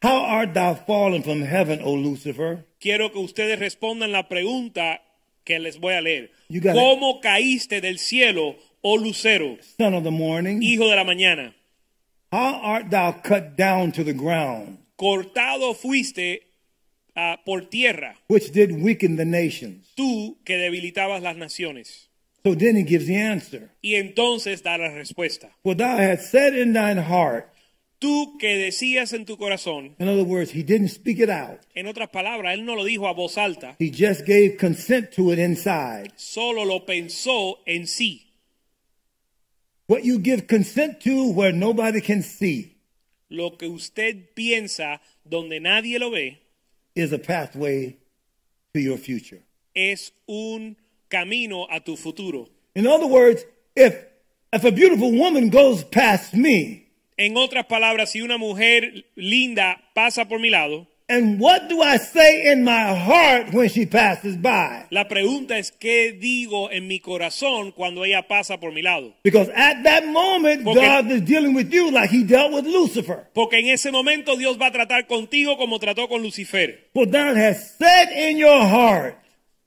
[SPEAKER 2] How art thou fallen from heaven, O Lucifer?
[SPEAKER 3] quiero que ustedes respondan la pregunta que les voy a leer.
[SPEAKER 2] You got it.
[SPEAKER 3] ¿Cómo caíste del cielo, oh lucero,
[SPEAKER 2] Son of the morning,
[SPEAKER 3] hijo de la mañana?
[SPEAKER 2] how art thou cut down to the ground,
[SPEAKER 3] Cortado fuiste ah, por tierra,
[SPEAKER 2] which did weaken the nations?
[SPEAKER 3] tú que debilitabas las naciones.
[SPEAKER 2] So then he gives the answer.
[SPEAKER 3] Y entonces da la respuesta.
[SPEAKER 2] For thou hast said in thine heart,
[SPEAKER 3] Tú que decías en tu corazón,
[SPEAKER 2] In other words, he didn't speak it out.
[SPEAKER 3] en otras palabras, él no lo dijo a voz alta,
[SPEAKER 2] He just gave consent to it inside.
[SPEAKER 3] solo lo pensó en sí.
[SPEAKER 2] What you give consent to where nobody can see
[SPEAKER 3] Lo que usted piensa donde nadie lo ve
[SPEAKER 2] is a pathway to your future.
[SPEAKER 3] es un camino a tu futuro.
[SPEAKER 2] In other words, if if a beautiful woman goes past me,
[SPEAKER 3] En otras palabras, si una mujer linda pasa por mi lado,
[SPEAKER 2] and what do I say in my heart when she passes by?
[SPEAKER 3] la pregunta es qué digo en mi corazón cuando ella pasa por mi lado.
[SPEAKER 2] Because at that moment,
[SPEAKER 3] Porque-
[SPEAKER 2] God is dealing with you like he dealt with Lucifer.
[SPEAKER 3] Porque en ese momento Dios va a tratar contigo como trató con Lucifer.
[SPEAKER 2] For thou hast said in your heart.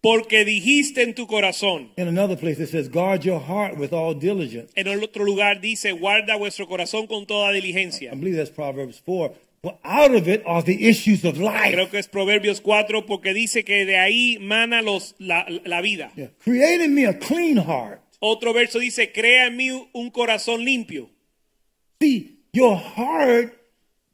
[SPEAKER 3] Porque dijiste en tu corazón.
[SPEAKER 2] In another place, it says, guard your heart with all diligence.
[SPEAKER 3] En el otro lugar dice, guarda vuestro corazón con toda diligencia.
[SPEAKER 2] I believe that's Proverbs 4. For out of it are the issues of
[SPEAKER 3] Creo
[SPEAKER 2] life.
[SPEAKER 3] que es Proverbios 4 porque dice que de ahí mana los, la, la vida.
[SPEAKER 2] Yeah. Create in me a clean heart.
[SPEAKER 3] Otro verso dice, crea en mí un corazón limpio.
[SPEAKER 2] See, your heart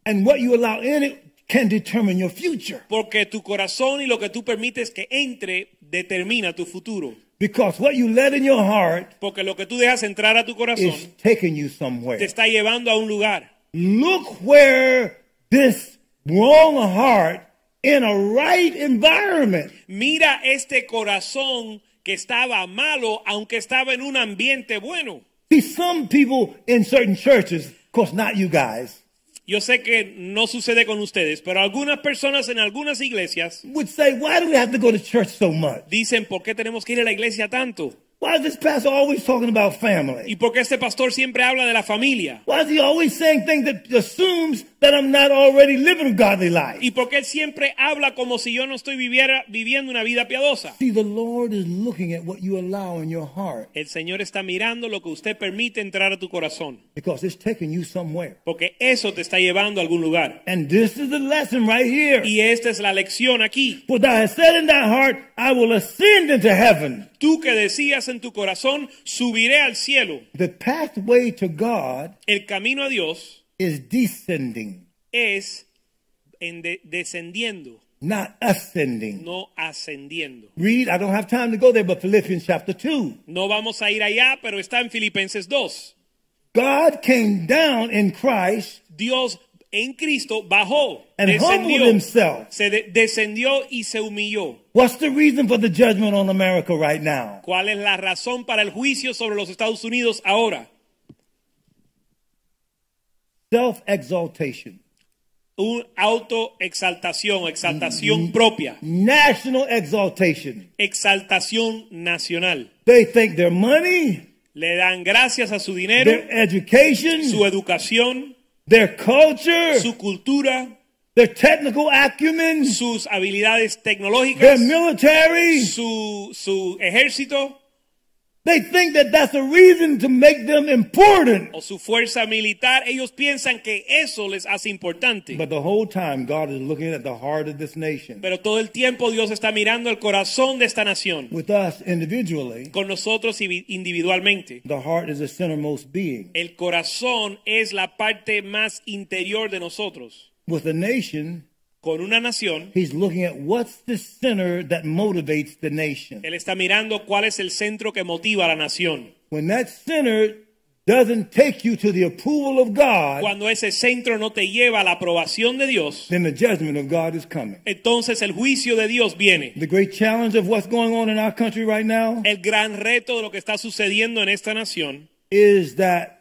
[SPEAKER 2] and what you allow in it can determine your future.
[SPEAKER 3] Porque tu corazón y lo que tú permites que entre determina tu futuro.
[SPEAKER 2] Because what you let in your heart
[SPEAKER 3] Porque lo que tú dejas entrar a tu
[SPEAKER 2] is
[SPEAKER 3] corazón
[SPEAKER 2] taking you
[SPEAKER 3] te
[SPEAKER 2] somewhere.
[SPEAKER 3] está llevando a un lugar.
[SPEAKER 2] Look where this wrong heart in a right environment
[SPEAKER 3] Mira este corazón que estaba malo, aunque estaba en un ambiente bueno.
[SPEAKER 2] See, some people in certain churches, of course, not you guys,
[SPEAKER 3] Yo sé que no sucede con ustedes, pero algunas personas en algunas iglesias
[SPEAKER 2] would say, Why do we have to go to church so much?
[SPEAKER 3] dicen, ¿por qué tenemos que ir a la iglesia tanto?
[SPEAKER 2] Why is this pastor always talking about
[SPEAKER 3] ¿Y
[SPEAKER 2] family?
[SPEAKER 3] por qué este pastor siempre habla de la familia?
[SPEAKER 2] Why is he always saying things that assumes that I'm not already living a godly life?
[SPEAKER 3] ¿Y por qué él siempre habla como si yo no estoy viviera- viviendo una vida piadosa?
[SPEAKER 2] See, the Lord is looking at what you allow in your heart
[SPEAKER 3] El Señor está mirando lo que usted permite entrar a tu corazón,
[SPEAKER 2] because it's taking you somewhere.
[SPEAKER 3] porque eso te está llevando a algún lugar.
[SPEAKER 2] And this is the lesson right here.
[SPEAKER 3] Y esta es la lección aquí.
[SPEAKER 2] For thou hast said in thy heart, I will ascend into heaven.
[SPEAKER 3] Tú que decías en tu corazón, subiré al cielo.
[SPEAKER 2] The pathway to God
[SPEAKER 3] El camino a Dios
[SPEAKER 2] is descending,
[SPEAKER 3] es en de- descendiendo,
[SPEAKER 2] not ascending.
[SPEAKER 3] no ascendiendo.
[SPEAKER 2] Read, I don't have time to go there, but Philippians chapter 2.
[SPEAKER 3] No vamos a ir allá, pero está en Filipenses 2.
[SPEAKER 2] God came down in Christ
[SPEAKER 3] Dios en Cristo bajó,
[SPEAKER 2] and humbled
[SPEAKER 3] descendió,
[SPEAKER 2] himself.
[SPEAKER 3] se de- descendió y se humilló.
[SPEAKER 2] What's the reason for the judgment on America right now?
[SPEAKER 3] ¿Cuál es la razón para el juicio sobre los Estados Unidos ahora?
[SPEAKER 2] Self exaltation,
[SPEAKER 3] Un autoexaltación, exaltación propia,
[SPEAKER 2] national exaltation.
[SPEAKER 3] exaltación nacional.
[SPEAKER 2] They think their money,
[SPEAKER 3] Le dan gracias a su dinero,
[SPEAKER 2] their education,
[SPEAKER 3] su educación,
[SPEAKER 2] their culture,
[SPEAKER 3] su cultura,
[SPEAKER 2] their technical acumen,
[SPEAKER 3] sus habilidades
[SPEAKER 2] their
[SPEAKER 3] tecnológicas,
[SPEAKER 2] military.
[SPEAKER 3] su, su ejército
[SPEAKER 2] They think that that's a reason to make them important.
[SPEAKER 3] o su fuerza militar. Ellos piensan que eso les hace importante.
[SPEAKER 2] But the whole time, God is looking at the heart of this nation.
[SPEAKER 3] Pero todo el tiempo Dios está mirando el corazón de esta nación,
[SPEAKER 2] With us individually,
[SPEAKER 3] con nosotros y- individualmente.
[SPEAKER 2] The heart is the centermost being.
[SPEAKER 3] El corazón es la parte más interior de nosotros.
[SPEAKER 2] With a nation,
[SPEAKER 3] Con una nación,
[SPEAKER 2] he's looking at what's the center that motivates the nation.
[SPEAKER 3] Él está mirando cuál es el centro que motiva a la nación.
[SPEAKER 2] When that center doesn't take you to the approval of God,
[SPEAKER 3] Cuando ese centro no te lleva a la aprobación de Dios,
[SPEAKER 2] then the judgment of God is coming.
[SPEAKER 3] entonces el juicio de Dios viene.
[SPEAKER 2] The great challenge of what's going on in our country right now
[SPEAKER 3] El gran reto de lo que está sucediendo en esta nación
[SPEAKER 2] is that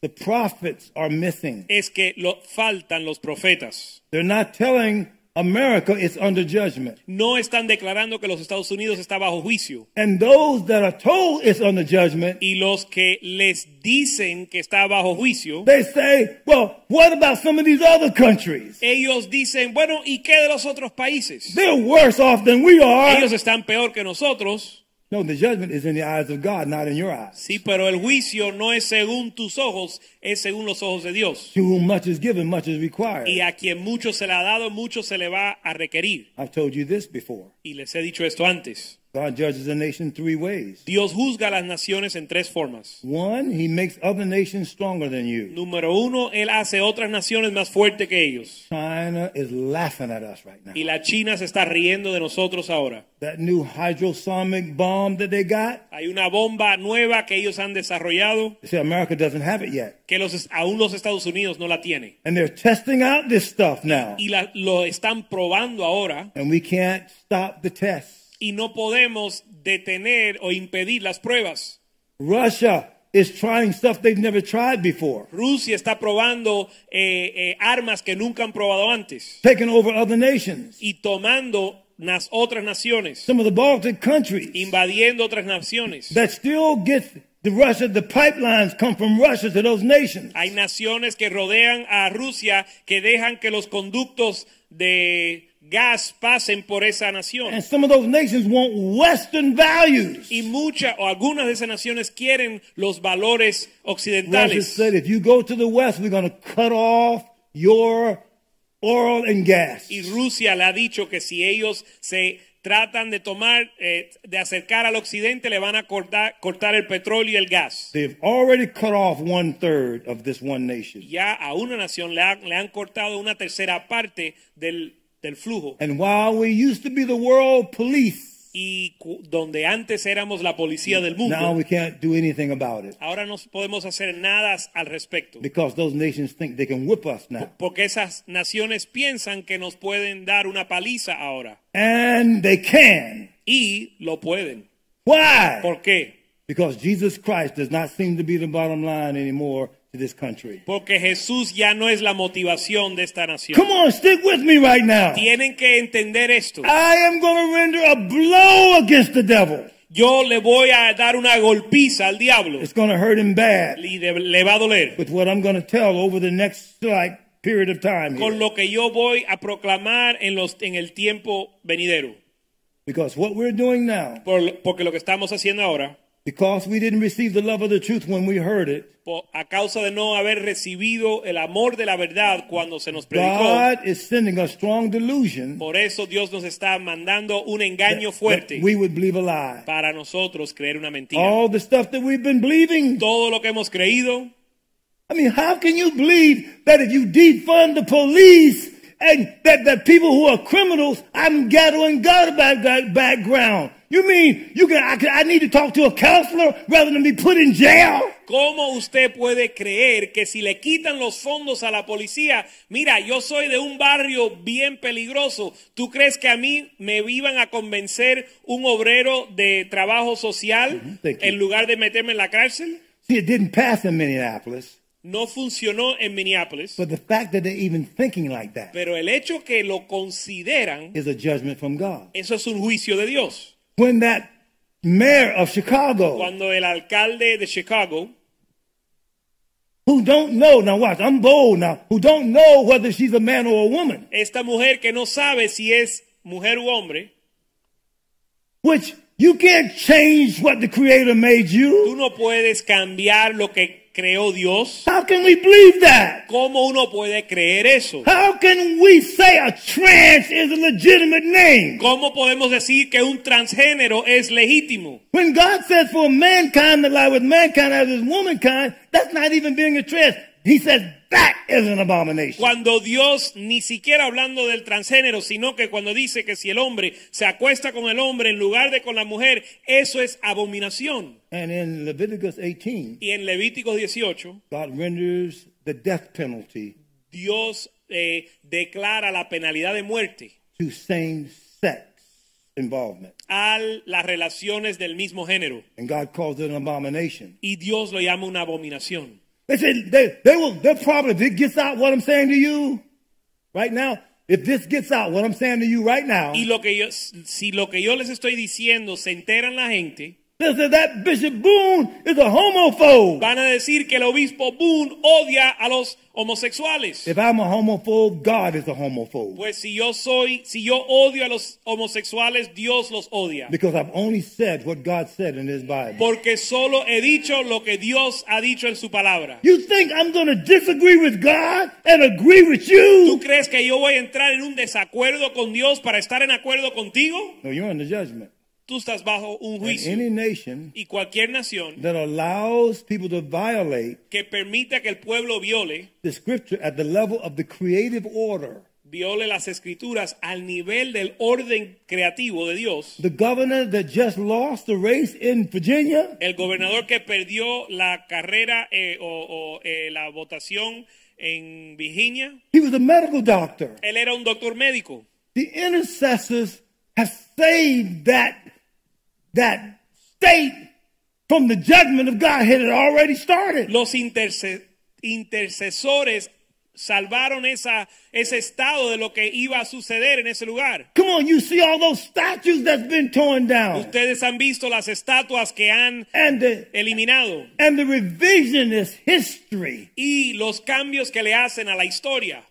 [SPEAKER 2] the prophets are missing.
[SPEAKER 3] es que lo, faltan los profetas.
[SPEAKER 2] They're not telling America it's under judgment.
[SPEAKER 3] No están declarando que los Estados Unidos está bajo juicio.
[SPEAKER 2] And those that are told it's under judgment,
[SPEAKER 3] Y los que les dicen que está bajo juicio,
[SPEAKER 2] they say, well, what about some of these other countries?
[SPEAKER 3] ellos dicen, bueno, ¿y qué de los otros países?
[SPEAKER 2] They're worse off than we are.
[SPEAKER 3] Ellos están peor que nosotros.
[SPEAKER 2] No, the judgment is in the eyes of God, not in your eyes.
[SPEAKER 3] Sí, pero el juicio no es según tus ojos, es según los ojos de Dios.
[SPEAKER 2] To whom much is given, much is required.
[SPEAKER 3] Y a quien mucho se le ha dado, mucho se le va a requerir.
[SPEAKER 2] I've told you this before.
[SPEAKER 3] Y les he dicho esto antes.
[SPEAKER 2] God judges a nation three ways.
[SPEAKER 3] Dios juzga a las naciones en tres formas.
[SPEAKER 2] One, he makes other nations stronger than you.
[SPEAKER 3] Número uno, Él hace otras naciones más fuertes que ellos.
[SPEAKER 2] China is laughing at us right now.
[SPEAKER 3] Y la China se está riendo de nosotros ahora.
[SPEAKER 2] That new hydrosomic bomb that they got,
[SPEAKER 3] Hay una bomba nueva que ellos han desarrollado
[SPEAKER 2] they say America doesn't have it yet.
[SPEAKER 3] que los, aún los Estados Unidos no la tiene.
[SPEAKER 2] And they're testing out this stuff now.
[SPEAKER 3] Y la- lo están probando ahora
[SPEAKER 2] And we can't stop the tests.
[SPEAKER 3] y no podemos detener o impedir las pruebas.
[SPEAKER 2] Russia is trying stuff they've never tried before,
[SPEAKER 3] Rusia está probando eh, eh, armas que nunca han probado antes
[SPEAKER 2] taking over other nations.
[SPEAKER 3] y tomando las otras naciones,
[SPEAKER 2] Some of the Baltic countries
[SPEAKER 3] invadiendo otras naciones.
[SPEAKER 2] that still gets the Russia, the pipelines come from Russia to those nations.
[SPEAKER 3] Hay naciones que rodean a Rusia que dejan que los conductos de gas pasen por esa nación.
[SPEAKER 2] And some of those nations want Western values.
[SPEAKER 3] Y muchas o algunas de esas naciones quieren los valores
[SPEAKER 2] Russia
[SPEAKER 3] occidentales.
[SPEAKER 2] said, if you go to the West, we're going to cut off your oil and gas.
[SPEAKER 3] Y Rusia le ha dicho que si ellos se tratan de tomar, eh, de acercar al occidente, le van a cortar, cortar el petróleo y el gas.
[SPEAKER 2] They've already cut off one third of this one nation.
[SPEAKER 3] Ya a una nación le, ha- le han cortado una tercera parte del, del flujo.
[SPEAKER 2] And while we used to be the world police,
[SPEAKER 3] Y cu- donde antes éramos la policía del
[SPEAKER 2] now
[SPEAKER 3] mundo,
[SPEAKER 2] we can't do anything about it
[SPEAKER 3] ahora no podemos hacer nada al respecto.
[SPEAKER 2] because those nations think they can whip us now.
[SPEAKER 3] Porque esas naciones piensan que nos pueden dar una paliza ahora.
[SPEAKER 2] And they can.
[SPEAKER 3] Y lo pueden.
[SPEAKER 2] Why?
[SPEAKER 3] ¿Por qué?
[SPEAKER 2] Because Jesus Christ does not seem to be the bottom line anymore to this country.
[SPEAKER 3] Porque Jesús ya no es la motivación de esta nación.
[SPEAKER 2] Come on, stick with me right now.
[SPEAKER 3] Tienen que entender esto.
[SPEAKER 2] I am going to render a blow against the devil.
[SPEAKER 3] Yo le voy a dar una golpiza al diablo
[SPEAKER 2] It's going to hurt him bad
[SPEAKER 3] y de- le va a doler.
[SPEAKER 2] with what I'm going to tell over the next like period of time here.
[SPEAKER 3] Con lo que yo voy a proclamar en, los, en el tiempo venidero.
[SPEAKER 2] Because what we're doing now,
[SPEAKER 3] Por lo- porque lo que estamos haciendo ahora,
[SPEAKER 2] because we didn't receive the love of the truth when we heard it,
[SPEAKER 3] po- a causa de no haber recibido el amor de la verdad cuando se nos predicó,
[SPEAKER 2] God is sending a strong delusion
[SPEAKER 3] por eso Dios nos está mandando un
[SPEAKER 2] that-
[SPEAKER 3] engaño
[SPEAKER 2] that
[SPEAKER 3] fuerte
[SPEAKER 2] we Oh. would believe a lie.
[SPEAKER 3] para nosotros creer una mentira.
[SPEAKER 2] All the stuff that we've been believing.
[SPEAKER 3] Todo lo que hemos creído,
[SPEAKER 2] I mean, how can you believe that if you defund the police and that, that people who are criminals, I'm gathering God back, back- background? You mean you can I, can I need to talk to a counselor rather than be put in jail?
[SPEAKER 3] ¿Cómo usted puede creer que si le quitan los fondos a la policía, mira, yo soy de un barrio bien peligroso, ¿tú crees que a mí me iban a convencer un obrero de trabajo social
[SPEAKER 2] thank you.
[SPEAKER 3] en lugar de meterme en la cárcel?
[SPEAKER 2] See, it didn't pass in Minneapolis,
[SPEAKER 3] No funcionó en Minneapolis,
[SPEAKER 2] but the fact that they're even thinking like that
[SPEAKER 3] pero el hecho que lo consideran,
[SPEAKER 2] is a judgment from God.
[SPEAKER 3] eso es un juicio de Dios.
[SPEAKER 2] When that mayor of Chicago,
[SPEAKER 3] Cuando el alcalde de Chicago,
[SPEAKER 2] who don't know, now watch, I'm bold now, who don't know whether she's a man or a woman,
[SPEAKER 3] esta mujer que no sabe si es mujer u hombre,
[SPEAKER 2] which you can't change what the Creator made you.
[SPEAKER 3] Tú no puedes cambiar lo que creó Dios.
[SPEAKER 2] How can we believe that?
[SPEAKER 3] ¿Cómo uno puede creer eso?
[SPEAKER 2] How can we say a trans is a legitimate name?
[SPEAKER 3] ¿Cómo podemos decir que un transgénero es legítimo?
[SPEAKER 2] When God says for mankind to lie with mankind as is womankind, that's not even being a trans. He says that is an abomination.
[SPEAKER 3] Cuando Dios, ni siquiera hablando del transgénero, sino que cuando dice que si el hombre se acuesta con el hombre en lugar de con la mujer, eso es abominación.
[SPEAKER 2] And in Leviticus 18,
[SPEAKER 3] Y en Levíticos 18,
[SPEAKER 2] God renders the death penalty
[SPEAKER 3] Dios eh, declara la penalidad de muerte
[SPEAKER 2] to same sex involvement.
[SPEAKER 3] a las relaciones del mismo género.
[SPEAKER 2] And God calls it an abomination.
[SPEAKER 3] Y Dios lo llama una abominación.
[SPEAKER 2] They said they, they will they'll probably if it gets out what I'm saying to you right now. If this gets out what I'm saying to you right now,
[SPEAKER 3] Y lo que yo, si lo que yo les estoy diciendo se enteran la gente,
[SPEAKER 2] Listen, that Bishop Boone is a homophobe.
[SPEAKER 3] van a decir que el obispo Boone odia a los homosexuales.
[SPEAKER 2] If I'm a homophobe, God is a homophobe.
[SPEAKER 3] Pues si yo soy, si yo odio a los homosexuales, Dios los odia.
[SPEAKER 2] Because I've only said what God said in his Bible.
[SPEAKER 3] Porque solo he dicho lo que Dios ha dicho en su palabra.
[SPEAKER 2] You think I'm going to disagree with God and agree with
[SPEAKER 3] ¿Tú
[SPEAKER 2] you?
[SPEAKER 3] crees que yo voy a entrar en un desacuerdo con Dios para estar en acuerdo contigo?
[SPEAKER 2] No, you're in the judgment.
[SPEAKER 3] tú estás bajo un
[SPEAKER 2] And
[SPEAKER 3] juicio.
[SPEAKER 2] any nation
[SPEAKER 3] Y cualquier nación
[SPEAKER 2] that allows people to violate
[SPEAKER 3] que permita que el pueblo viole,
[SPEAKER 2] the scripture at the level of the creative order,
[SPEAKER 3] viole las escrituras al nivel del orden creativo de Dios,
[SPEAKER 2] the governor that just lost the race in Virginia,
[SPEAKER 3] el gobernador que perdió la carrera eh, o, o, eh, la votación en Virginia,
[SPEAKER 2] he was a medical doctor.
[SPEAKER 3] él era un doctor médico.
[SPEAKER 2] The intercessors have saved that, that state from the judgment of God had it already started.
[SPEAKER 3] Los interce- intercesores salvaron esa, ese estado de lo que iba a suceder en ese lugar.
[SPEAKER 2] Come on, you see all those statues that's been torn down
[SPEAKER 3] Ustedes han visto las estatuas que han
[SPEAKER 2] and the,
[SPEAKER 3] eliminado
[SPEAKER 2] and the revisionist history.
[SPEAKER 3] y los cambios que le hacen a la historia.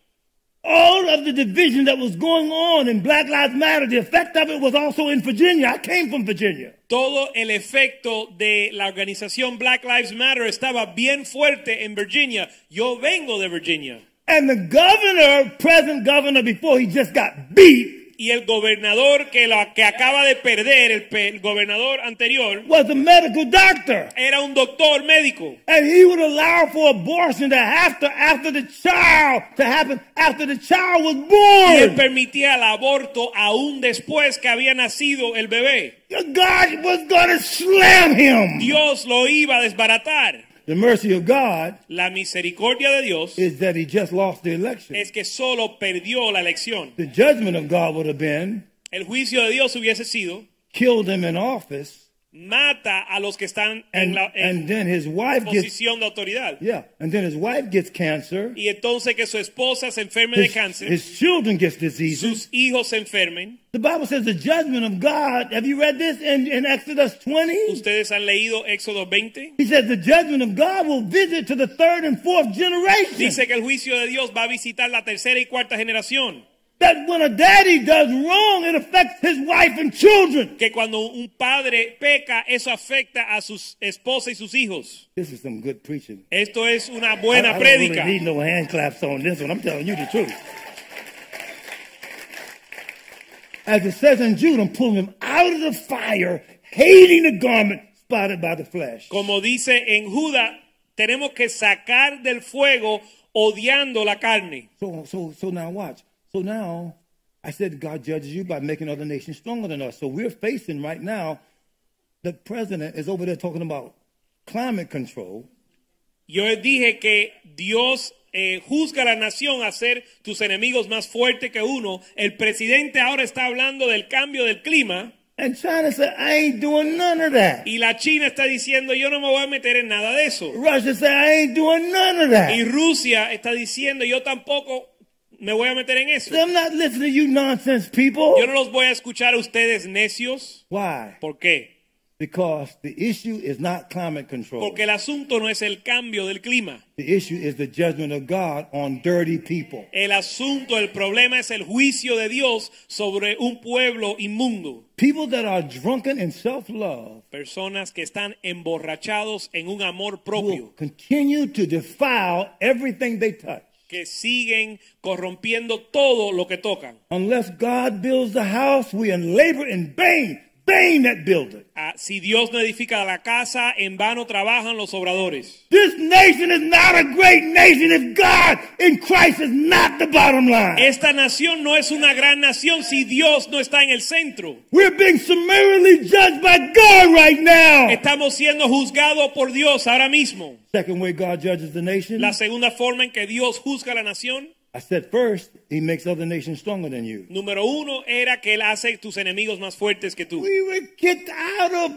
[SPEAKER 2] All of the division that was going on in Black Lives Matter, the effect of it was also in Virginia. I came from Virginia.
[SPEAKER 3] Todo el efecto de la organización Black Lives Matter estaba bien fuerte en Virginia. Yo vengo de Virginia.
[SPEAKER 2] And the governor, present governor, before he just got beat,
[SPEAKER 3] Y el gobernador que, la, que acaba de perder, el, pe- el gobernador anterior,
[SPEAKER 2] was a medical doctor.
[SPEAKER 3] era un doctor médico.
[SPEAKER 2] And he would allow for abortion to after, after the child to happen after the child was
[SPEAKER 3] Y él
[SPEAKER 2] born.
[SPEAKER 3] permitía el aborto aún después que había nacido el bebé.
[SPEAKER 2] God was going to slam him.
[SPEAKER 3] Dios lo iba a desbaratar.
[SPEAKER 2] The mercy of God
[SPEAKER 3] La misericordia de Dios
[SPEAKER 2] is that he just lost the election.
[SPEAKER 3] es que solo perdió la elección.
[SPEAKER 2] The judgment of God would have been
[SPEAKER 3] El juicio de Dios hubiese sido
[SPEAKER 2] killed him in office,
[SPEAKER 3] mata a los que están en
[SPEAKER 2] and,
[SPEAKER 3] la en
[SPEAKER 2] and then his wife gets
[SPEAKER 3] posición de autoridad.
[SPEAKER 2] yeah, and then his wife gets cancer.
[SPEAKER 3] Y entonces que su esposa se enferme de
[SPEAKER 2] His,
[SPEAKER 3] cáncer,
[SPEAKER 2] his children gets diseases.
[SPEAKER 3] sus hijos se enfermen.
[SPEAKER 2] The Bible says the judgment of God. Have you read this in, in Exodus 20?
[SPEAKER 3] Ustedes han leído Éxodo 20.
[SPEAKER 2] He says the judgment of God will visit to the third and fourth generation.
[SPEAKER 3] Dice que el juicio de Dios va a visitar la tercera y cuarta generación.
[SPEAKER 2] that when a daddy does wrong, it affects his wife and children.
[SPEAKER 3] Que cuando un padre peca, eso afecta a sus esposas y sus hijos.
[SPEAKER 2] This is some good preaching.
[SPEAKER 3] Esto es una
[SPEAKER 2] I, I
[SPEAKER 3] buena
[SPEAKER 2] don't
[SPEAKER 3] prédica.
[SPEAKER 2] really need no hand claps on this one. I'm telling you the truth. As it says in Jude, I'm pulling him out of the fire, hating the garment spotted by the flesh.
[SPEAKER 3] Como dice en Judas, tenemos que sacar del fuego odiando la carne.
[SPEAKER 2] So, so, so now watch. So now, I said God judges you by making other nations stronger than us. So we're facing right now, the president is over there talking about climate control.
[SPEAKER 3] Yo dije que Dios eh, juzga a la nación a ser tus enemigos más fuerte que uno. El presidente ahora está hablando del cambio del clima
[SPEAKER 2] And China said, I ain't doing none of that.
[SPEAKER 3] y la China está diciendo yo no me voy a meter en nada de eso.
[SPEAKER 2] Russia said, I ain't doing none of that.
[SPEAKER 3] Y Rusia está diciendo yo tampoco me voy a meter en eso.
[SPEAKER 2] I'm not listening to you nonsense people.
[SPEAKER 3] Yo no los voy a escuchar a ustedes necios.
[SPEAKER 2] Why?
[SPEAKER 3] ¿Por qué?
[SPEAKER 2] Because the issue is not climate control.
[SPEAKER 3] Porque el asunto no es el cambio del clima.
[SPEAKER 2] The issue is the judgment of God on dirty people.
[SPEAKER 3] El asunto, el problema es el juicio de Dios sobre un pueblo inmundo.
[SPEAKER 2] People that are drunken in self-love
[SPEAKER 3] Personas que están emborrachados en un amor
[SPEAKER 2] will
[SPEAKER 3] propio,
[SPEAKER 2] continue to defile everything they touch.
[SPEAKER 3] que siguen corrompiendo todo lo que tocan.
[SPEAKER 2] Unless God builds the house, we in labor in vain, vain that build it.
[SPEAKER 3] Ah, si Dios no edifica la casa, en vano trabajan los obradores.
[SPEAKER 2] This nation is not a great nation if God in Christ is not the bottom line.
[SPEAKER 3] Esta nación no es una gran nación si Dios no está en el centro.
[SPEAKER 2] We're being summarily judged by God right now.
[SPEAKER 3] Estamos siendo juzgados por Dios ahora mismo.
[SPEAKER 2] Second way God judges the nation.
[SPEAKER 3] La segunda forma en que Dios juzga a la nación,
[SPEAKER 2] I said first, he makes other nations stronger than you.
[SPEAKER 3] número uno, era que Él hace tus enemigos más fuertes que tú.
[SPEAKER 2] We were kicked out of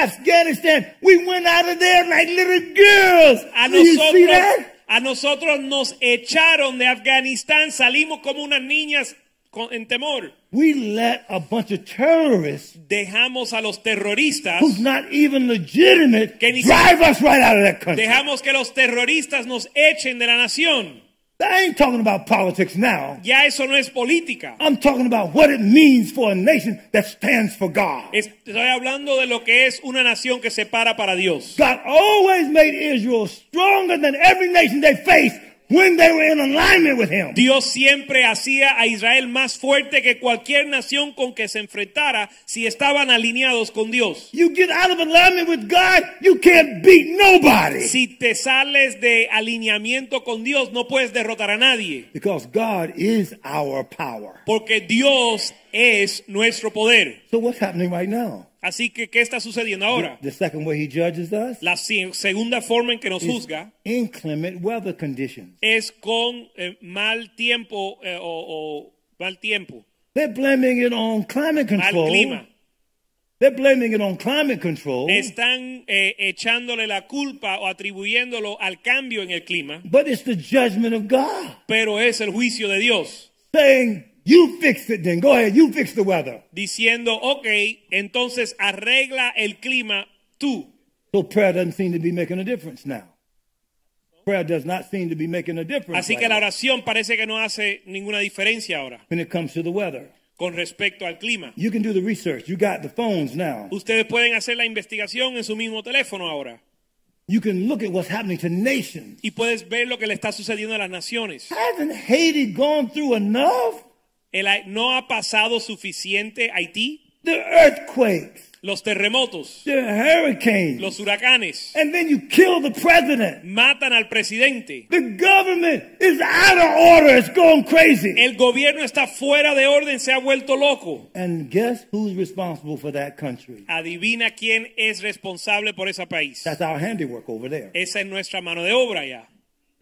[SPEAKER 2] Afghanistan. We went out of there like little girls.
[SPEAKER 3] A
[SPEAKER 2] Do you see
[SPEAKER 3] nosotros,
[SPEAKER 2] that?
[SPEAKER 3] a nosotros nos echaron de Afganistán, salimos como unas niñas con- en temor.
[SPEAKER 2] We let a bunch of terrorists
[SPEAKER 3] Dejamos a los terroristas,
[SPEAKER 2] who's not even legitimate
[SPEAKER 3] Que ni-
[SPEAKER 2] drive us right out of that country.
[SPEAKER 3] dejamos que los terroristas nos echen de la nación.
[SPEAKER 2] I ain't talking about politics now.
[SPEAKER 3] Ya eso no es política.
[SPEAKER 2] I'm talking about what it means for a nation that stands for God.
[SPEAKER 3] Estoy hablando de lo que es una nación que se para para Dios.
[SPEAKER 2] God always made Israel stronger than every nation they faced when they were in alignment with him.
[SPEAKER 3] Dios siempre hacía a Israel más fuerte que cualquier nación con que se enfrentara si estaban alineados con Dios.
[SPEAKER 2] You get out of alignment with God, you can't beat nobody.
[SPEAKER 3] Si te sales de alineamiento con Dios, no puedes derrotar a nadie,
[SPEAKER 2] Because God is our power.
[SPEAKER 3] porque Dios es nuestro poder.
[SPEAKER 2] So what's happening right now?
[SPEAKER 3] Así que, ¿qué está sucediendo ahora?
[SPEAKER 2] The second way he judges us
[SPEAKER 3] La si- segunda forma en que nos
[SPEAKER 2] is
[SPEAKER 3] juzga
[SPEAKER 2] inclement weather conditions.
[SPEAKER 3] es con eh, mal tiempo eh, o, o mal tiempo,
[SPEAKER 2] They're blaming it on climate
[SPEAKER 3] mal
[SPEAKER 2] control.
[SPEAKER 3] clima.
[SPEAKER 2] They're blaming it on climate control.
[SPEAKER 3] Están eh, echándole la culpa o atribuyéndolo al cambio en el clima,
[SPEAKER 2] But it's the judgment of God
[SPEAKER 3] pero es el juicio de Dios,
[SPEAKER 2] saying, You fix it then. Go ahead, you fix the weather.
[SPEAKER 3] diciendo, ok, entonces arregla el clima tú.
[SPEAKER 2] So prayer doesn't seem to be making a difference now. Prayer does not seem to be making a difference
[SPEAKER 3] Así
[SPEAKER 2] right
[SPEAKER 3] que la
[SPEAKER 2] now
[SPEAKER 3] oración parece que no hace ninguna diferencia ahora
[SPEAKER 2] when it comes to the weather.
[SPEAKER 3] con respecto al clima.
[SPEAKER 2] You can do the research. You got the phones now.
[SPEAKER 3] Ustedes pueden hacer la investigación en su mismo teléfono ahora
[SPEAKER 2] You can look at what's happening to nations.
[SPEAKER 3] y puedes ver lo que le está sucediendo a las naciones.
[SPEAKER 2] Hasn't Haiti gone through enough?
[SPEAKER 3] El ha- no ha pasado suficiente Haití,
[SPEAKER 2] The earthquakes,
[SPEAKER 3] los terremotos,
[SPEAKER 2] the hurricanes,
[SPEAKER 3] los huracanes,
[SPEAKER 2] and then you kill the president.
[SPEAKER 3] matan al presidente.
[SPEAKER 2] The government is out of order. It's going crazy.
[SPEAKER 3] El gobierno está fuera de orden, se ha vuelto loco.
[SPEAKER 2] and guess who's responsible for that country?
[SPEAKER 3] Adivina quién es responsable por ese país.
[SPEAKER 2] That's our handiwork over there.
[SPEAKER 3] Esa es nuestra mano de obra ya.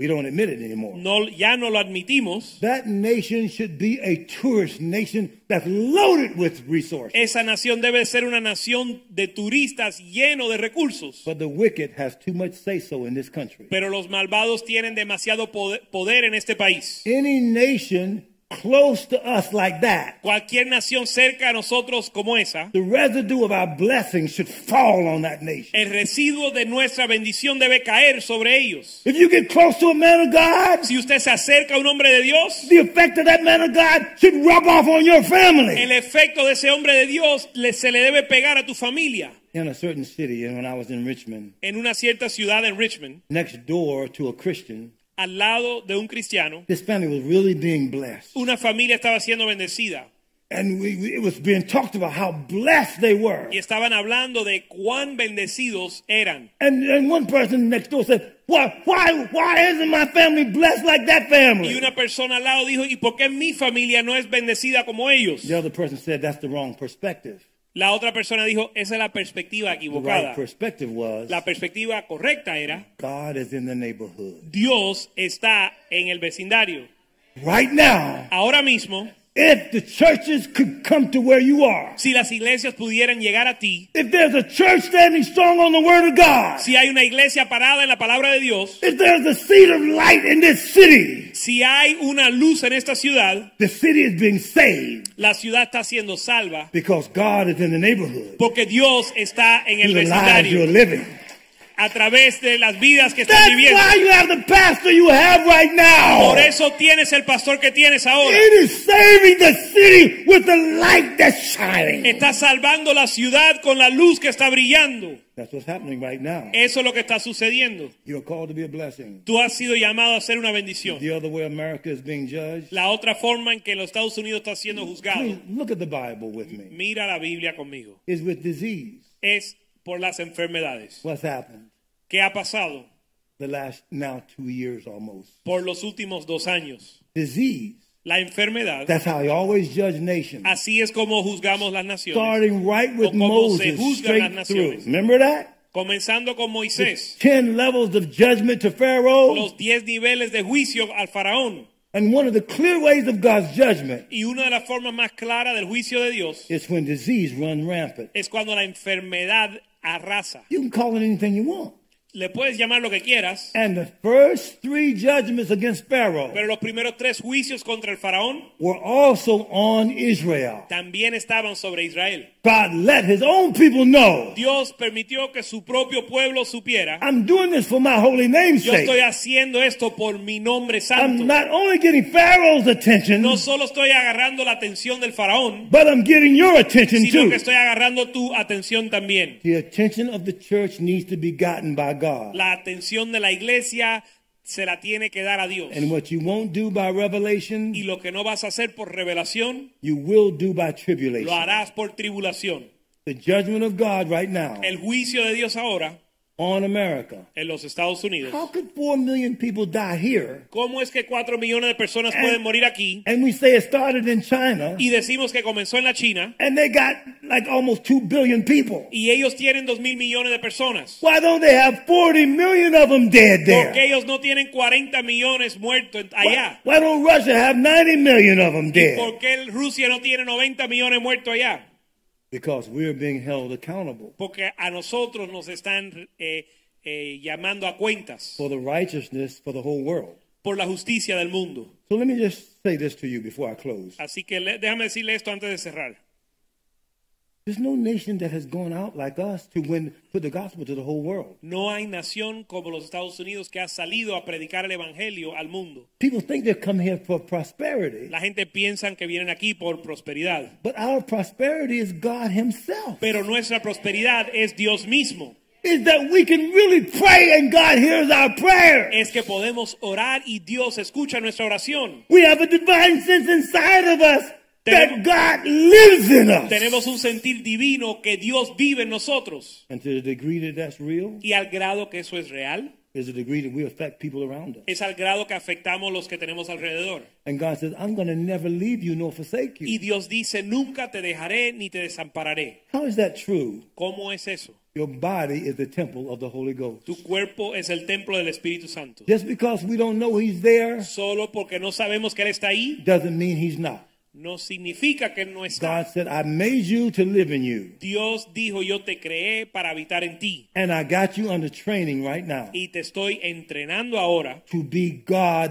[SPEAKER 2] We don't admit it anymore.
[SPEAKER 3] No, ya no lo admitimos.
[SPEAKER 2] That nation should be a tourist nation that's loaded with resources.
[SPEAKER 3] Esa nación debe ser una nación de turistas lleno de recursos.
[SPEAKER 2] But the wicked has too much say so in this country.
[SPEAKER 3] Pero los malvados tienen demasiado pode- poder en este país.
[SPEAKER 2] Any nation close to us like that,
[SPEAKER 3] Cualquier nación cerca a nosotros como esa,
[SPEAKER 2] the residue of our blessings should fall on that nation.
[SPEAKER 3] el residuo de nuestra bendición debe caer sobre ellos.
[SPEAKER 2] If you get close to a man of God,
[SPEAKER 3] Si usted se acerca a un hombre de Dios,
[SPEAKER 2] the effect of that man of God should rub off on your
[SPEAKER 3] el
[SPEAKER 2] family.
[SPEAKER 3] efecto de ese hombre de Dios le- se le debe pegar a tu familia.
[SPEAKER 2] In a certain city, and when I was in Richmond,
[SPEAKER 3] en una cierta ciudad en Richmond,
[SPEAKER 2] next door to a Christian,
[SPEAKER 3] al lado de un cristiano,
[SPEAKER 2] this family was really being blessed.
[SPEAKER 3] una familia estaba siendo bendecida
[SPEAKER 2] And we, we- it was being talked about how blessed they were.
[SPEAKER 3] y estaban hablando de cuán bendecidos eran.
[SPEAKER 2] And, and one person next door said, why, why, why isn't my family blessed like that
[SPEAKER 3] Y
[SPEAKER 2] family?
[SPEAKER 3] una persona al lado dijo, ¿y por qué mi familia no es bendecida como ellos?
[SPEAKER 2] The other person said, that's the wrong perspective.
[SPEAKER 3] La otra persona dijo, esa es la perspectiva
[SPEAKER 2] The right
[SPEAKER 3] equivocada.
[SPEAKER 2] perspective was,
[SPEAKER 3] La perspectiva correcta era,
[SPEAKER 2] God is in the neighborhood.
[SPEAKER 3] Dios está en el vecindario.
[SPEAKER 2] Right now,
[SPEAKER 3] Ahora mismo,
[SPEAKER 2] if the churches could come to where you are,
[SPEAKER 3] si las iglesias pudieran llegar a ti,
[SPEAKER 2] if there's a church standing strong on the word of God,
[SPEAKER 3] si hay una iglesia parada en la palabra de Dios,
[SPEAKER 2] if there's a seed of light in this city,
[SPEAKER 3] si hay una luz en esta ciudad,
[SPEAKER 2] the city is being saved
[SPEAKER 3] la ciudad está siendo salva
[SPEAKER 2] because God is in the neighborhood.
[SPEAKER 3] porque Dios está en el
[SPEAKER 2] Through the lives you're
[SPEAKER 3] vecindario
[SPEAKER 2] living.
[SPEAKER 3] a través de las vidas que están
[SPEAKER 2] That's
[SPEAKER 3] viviendo.
[SPEAKER 2] why you have the pastor you have right now.
[SPEAKER 3] Por eso tienes el pastor que tienes ahora.
[SPEAKER 2] It is saving the city with the light that's shining.
[SPEAKER 3] Está salvando la ciudad con la luz que está brillando.
[SPEAKER 2] That's what's happening right now.
[SPEAKER 3] Eso es lo que está sucediendo.
[SPEAKER 2] You're called to be a blessing.
[SPEAKER 3] Tú has sido llamado a ser una bendición.
[SPEAKER 2] The other way America is being judged.
[SPEAKER 3] La otra forma en que los Estados Unidos está siendo
[SPEAKER 2] Please
[SPEAKER 3] juzgado,
[SPEAKER 2] look at the Bible with me.
[SPEAKER 3] mira la Biblia conmigo,
[SPEAKER 2] Is with disease.
[SPEAKER 3] es por las enfermedades.
[SPEAKER 2] What's happened
[SPEAKER 3] ¿Qué ha pasado
[SPEAKER 2] the last now two years almost?
[SPEAKER 3] por los últimos dos años?
[SPEAKER 2] Disease.
[SPEAKER 3] La enfermedad,
[SPEAKER 2] That's how you always judge nations.
[SPEAKER 3] así es como juzgamos las naciones.
[SPEAKER 2] Starting right with
[SPEAKER 3] O como se
[SPEAKER 2] Moses
[SPEAKER 3] juzgan
[SPEAKER 2] straight
[SPEAKER 3] las
[SPEAKER 2] through.
[SPEAKER 3] naciones.
[SPEAKER 2] Remember that?
[SPEAKER 3] Comenzando con Moisés,
[SPEAKER 2] Ten levels of judgment to Pharaoh.
[SPEAKER 3] los diez niveles de juicio al faraón.
[SPEAKER 2] And one of the clear ways of God's judgment
[SPEAKER 3] Y una de las formas más claras del juicio de Dios
[SPEAKER 2] It's when disease runs rampant.
[SPEAKER 3] es cuando la enfermedad arrasa.
[SPEAKER 2] You can call it anything you want.
[SPEAKER 3] Le puedes llamar lo que quieras,
[SPEAKER 2] And the first three judgments against Pharaoh
[SPEAKER 3] pero los primeros tres juicios contra el faraón
[SPEAKER 2] were also on Israel.
[SPEAKER 3] también estaban sobre Israel.
[SPEAKER 2] God let his own people know
[SPEAKER 3] Dios permitió que su propio pueblo supiera,
[SPEAKER 2] I'm doing this for my holy name's
[SPEAKER 3] yo estoy
[SPEAKER 2] sake.
[SPEAKER 3] haciendo esto por mi nombre santo.
[SPEAKER 2] I'm not only getting Pharaoh's attention,
[SPEAKER 3] No solo estoy agarrando la atención del faraón,
[SPEAKER 2] but I'm getting your attention
[SPEAKER 3] sino que
[SPEAKER 2] too.
[SPEAKER 3] estoy agarrando tu atención también.
[SPEAKER 2] The attention of the church needs to be gotten by God.
[SPEAKER 3] La atención de la iglesia se la tiene que dar a Dios.
[SPEAKER 2] And what you won't do by revelation,
[SPEAKER 3] Y lo que no vas a hacer por revelación,
[SPEAKER 2] you will do by
[SPEAKER 3] lo
[SPEAKER 2] tribulation.
[SPEAKER 3] harás por tribulación.
[SPEAKER 2] The judgment of God right now
[SPEAKER 3] El juicio de Dios ahora
[SPEAKER 2] on America.
[SPEAKER 3] en los Estados Unidos.
[SPEAKER 2] How could four million people die here?
[SPEAKER 3] ¿Cómo es que cuatro millones de personas pueden morir aquí
[SPEAKER 2] And we say it started in China,
[SPEAKER 3] y decimos que comenzó en la China
[SPEAKER 2] and they got like almost two billion people.
[SPEAKER 3] y ellos tienen dos mil millones de personas?
[SPEAKER 2] Why don't they have 40 million of them dead there?
[SPEAKER 3] Porque ellos no tienen 40 millones muertos en-
[SPEAKER 2] Why,
[SPEAKER 3] allá.
[SPEAKER 2] why don't Russia have 90 million of them dead?
[SPEAKER 3] ¿Por qué el- Rusia no tiene 90 millones muertos allá?
[SPEAKER 2] Because we're being held accountable
[SPEAKER 3] Porque a nosotros nos están eh, eh, llamando a cuentas
[SPEAKER 2] for the righteousness for the whole world.
[SPEAKER 3] por la justicia del mundo.
[SPEAKER 2] So let me just say this to you before I close.
[SPEAKER 3] Así que le- déjame decirle esto antes de cerrar.
[SPEAKER 2] There's no nation that has gone out like us to win, put the gospel to the whole world.
[SPEAKER 3] No hay nación como los Estados Unidos que ha salido a predicar el evangelio al mundo.
[SPEAKER 2] People think they've come here for prosperity,
[SPEAKER 3] La gente piensa que vienen aquí por prosperidad,
[SPEAKER 2] but our prosperity is God Himself.
[SPEAKER 3] pero nuestra prosperidad es Dios mismo.
[SPEAKER 2] Is that we can really pray and God hears our prayer.
[SPEAKER 3] Es que podemos orar y Dios escucha nuestra oración.
[SPEAKER 2] We have a divine sense inside of us that
[SPEAKER 3] Tenemos-
[SPEAKER 2] God lives in us.
[SPEAKER 3] Tenemos un sentir divino que Dios vive en nosotros.
[SPEAKER 2] And to the degree that that's real,
[SPEAKER 3] Y al grado que eso es real,
[SPEAKER 2] is the degree that we affect people around us.
[SPEAKER 3] es al grado que afectamos los que tenemos alrededor.
[SPEAKER 2] And God says, I'm going to never leave you nor forsake
[SPEAKER 3] Y
[SPEAKER 2] you.
[SPEAKER 3] Dios dice, nunca te dejaré ni te desampararé.
[SPEAKER 2] How is that true?
[SPEAKER 3] ¿Cómo es eso?
[SPEAKER 2] Your body is the temple of the Holy Ghost.
[SPEAKER 3] Tu cuerpo es el templo del Espíritu Santo.
[SPEAKER 2] Just because we don't know He's there
[SPEAKER 3] Solo porque no sabemos que Él está ahí,
[SPEAKER 2] doesn't mean He's not.
[SPEAKER 3] no significa que Él no está.
[SPEAKER 2] God said, I made you to live in you.
[SPEAKER 3] Dios dijo, yo te creé para habitar en ti.
[SPEAKER 2] And I got you under training right now
[SPEAKER 3] Y te estoy entrenando ahora
[SPEAKER 2] to be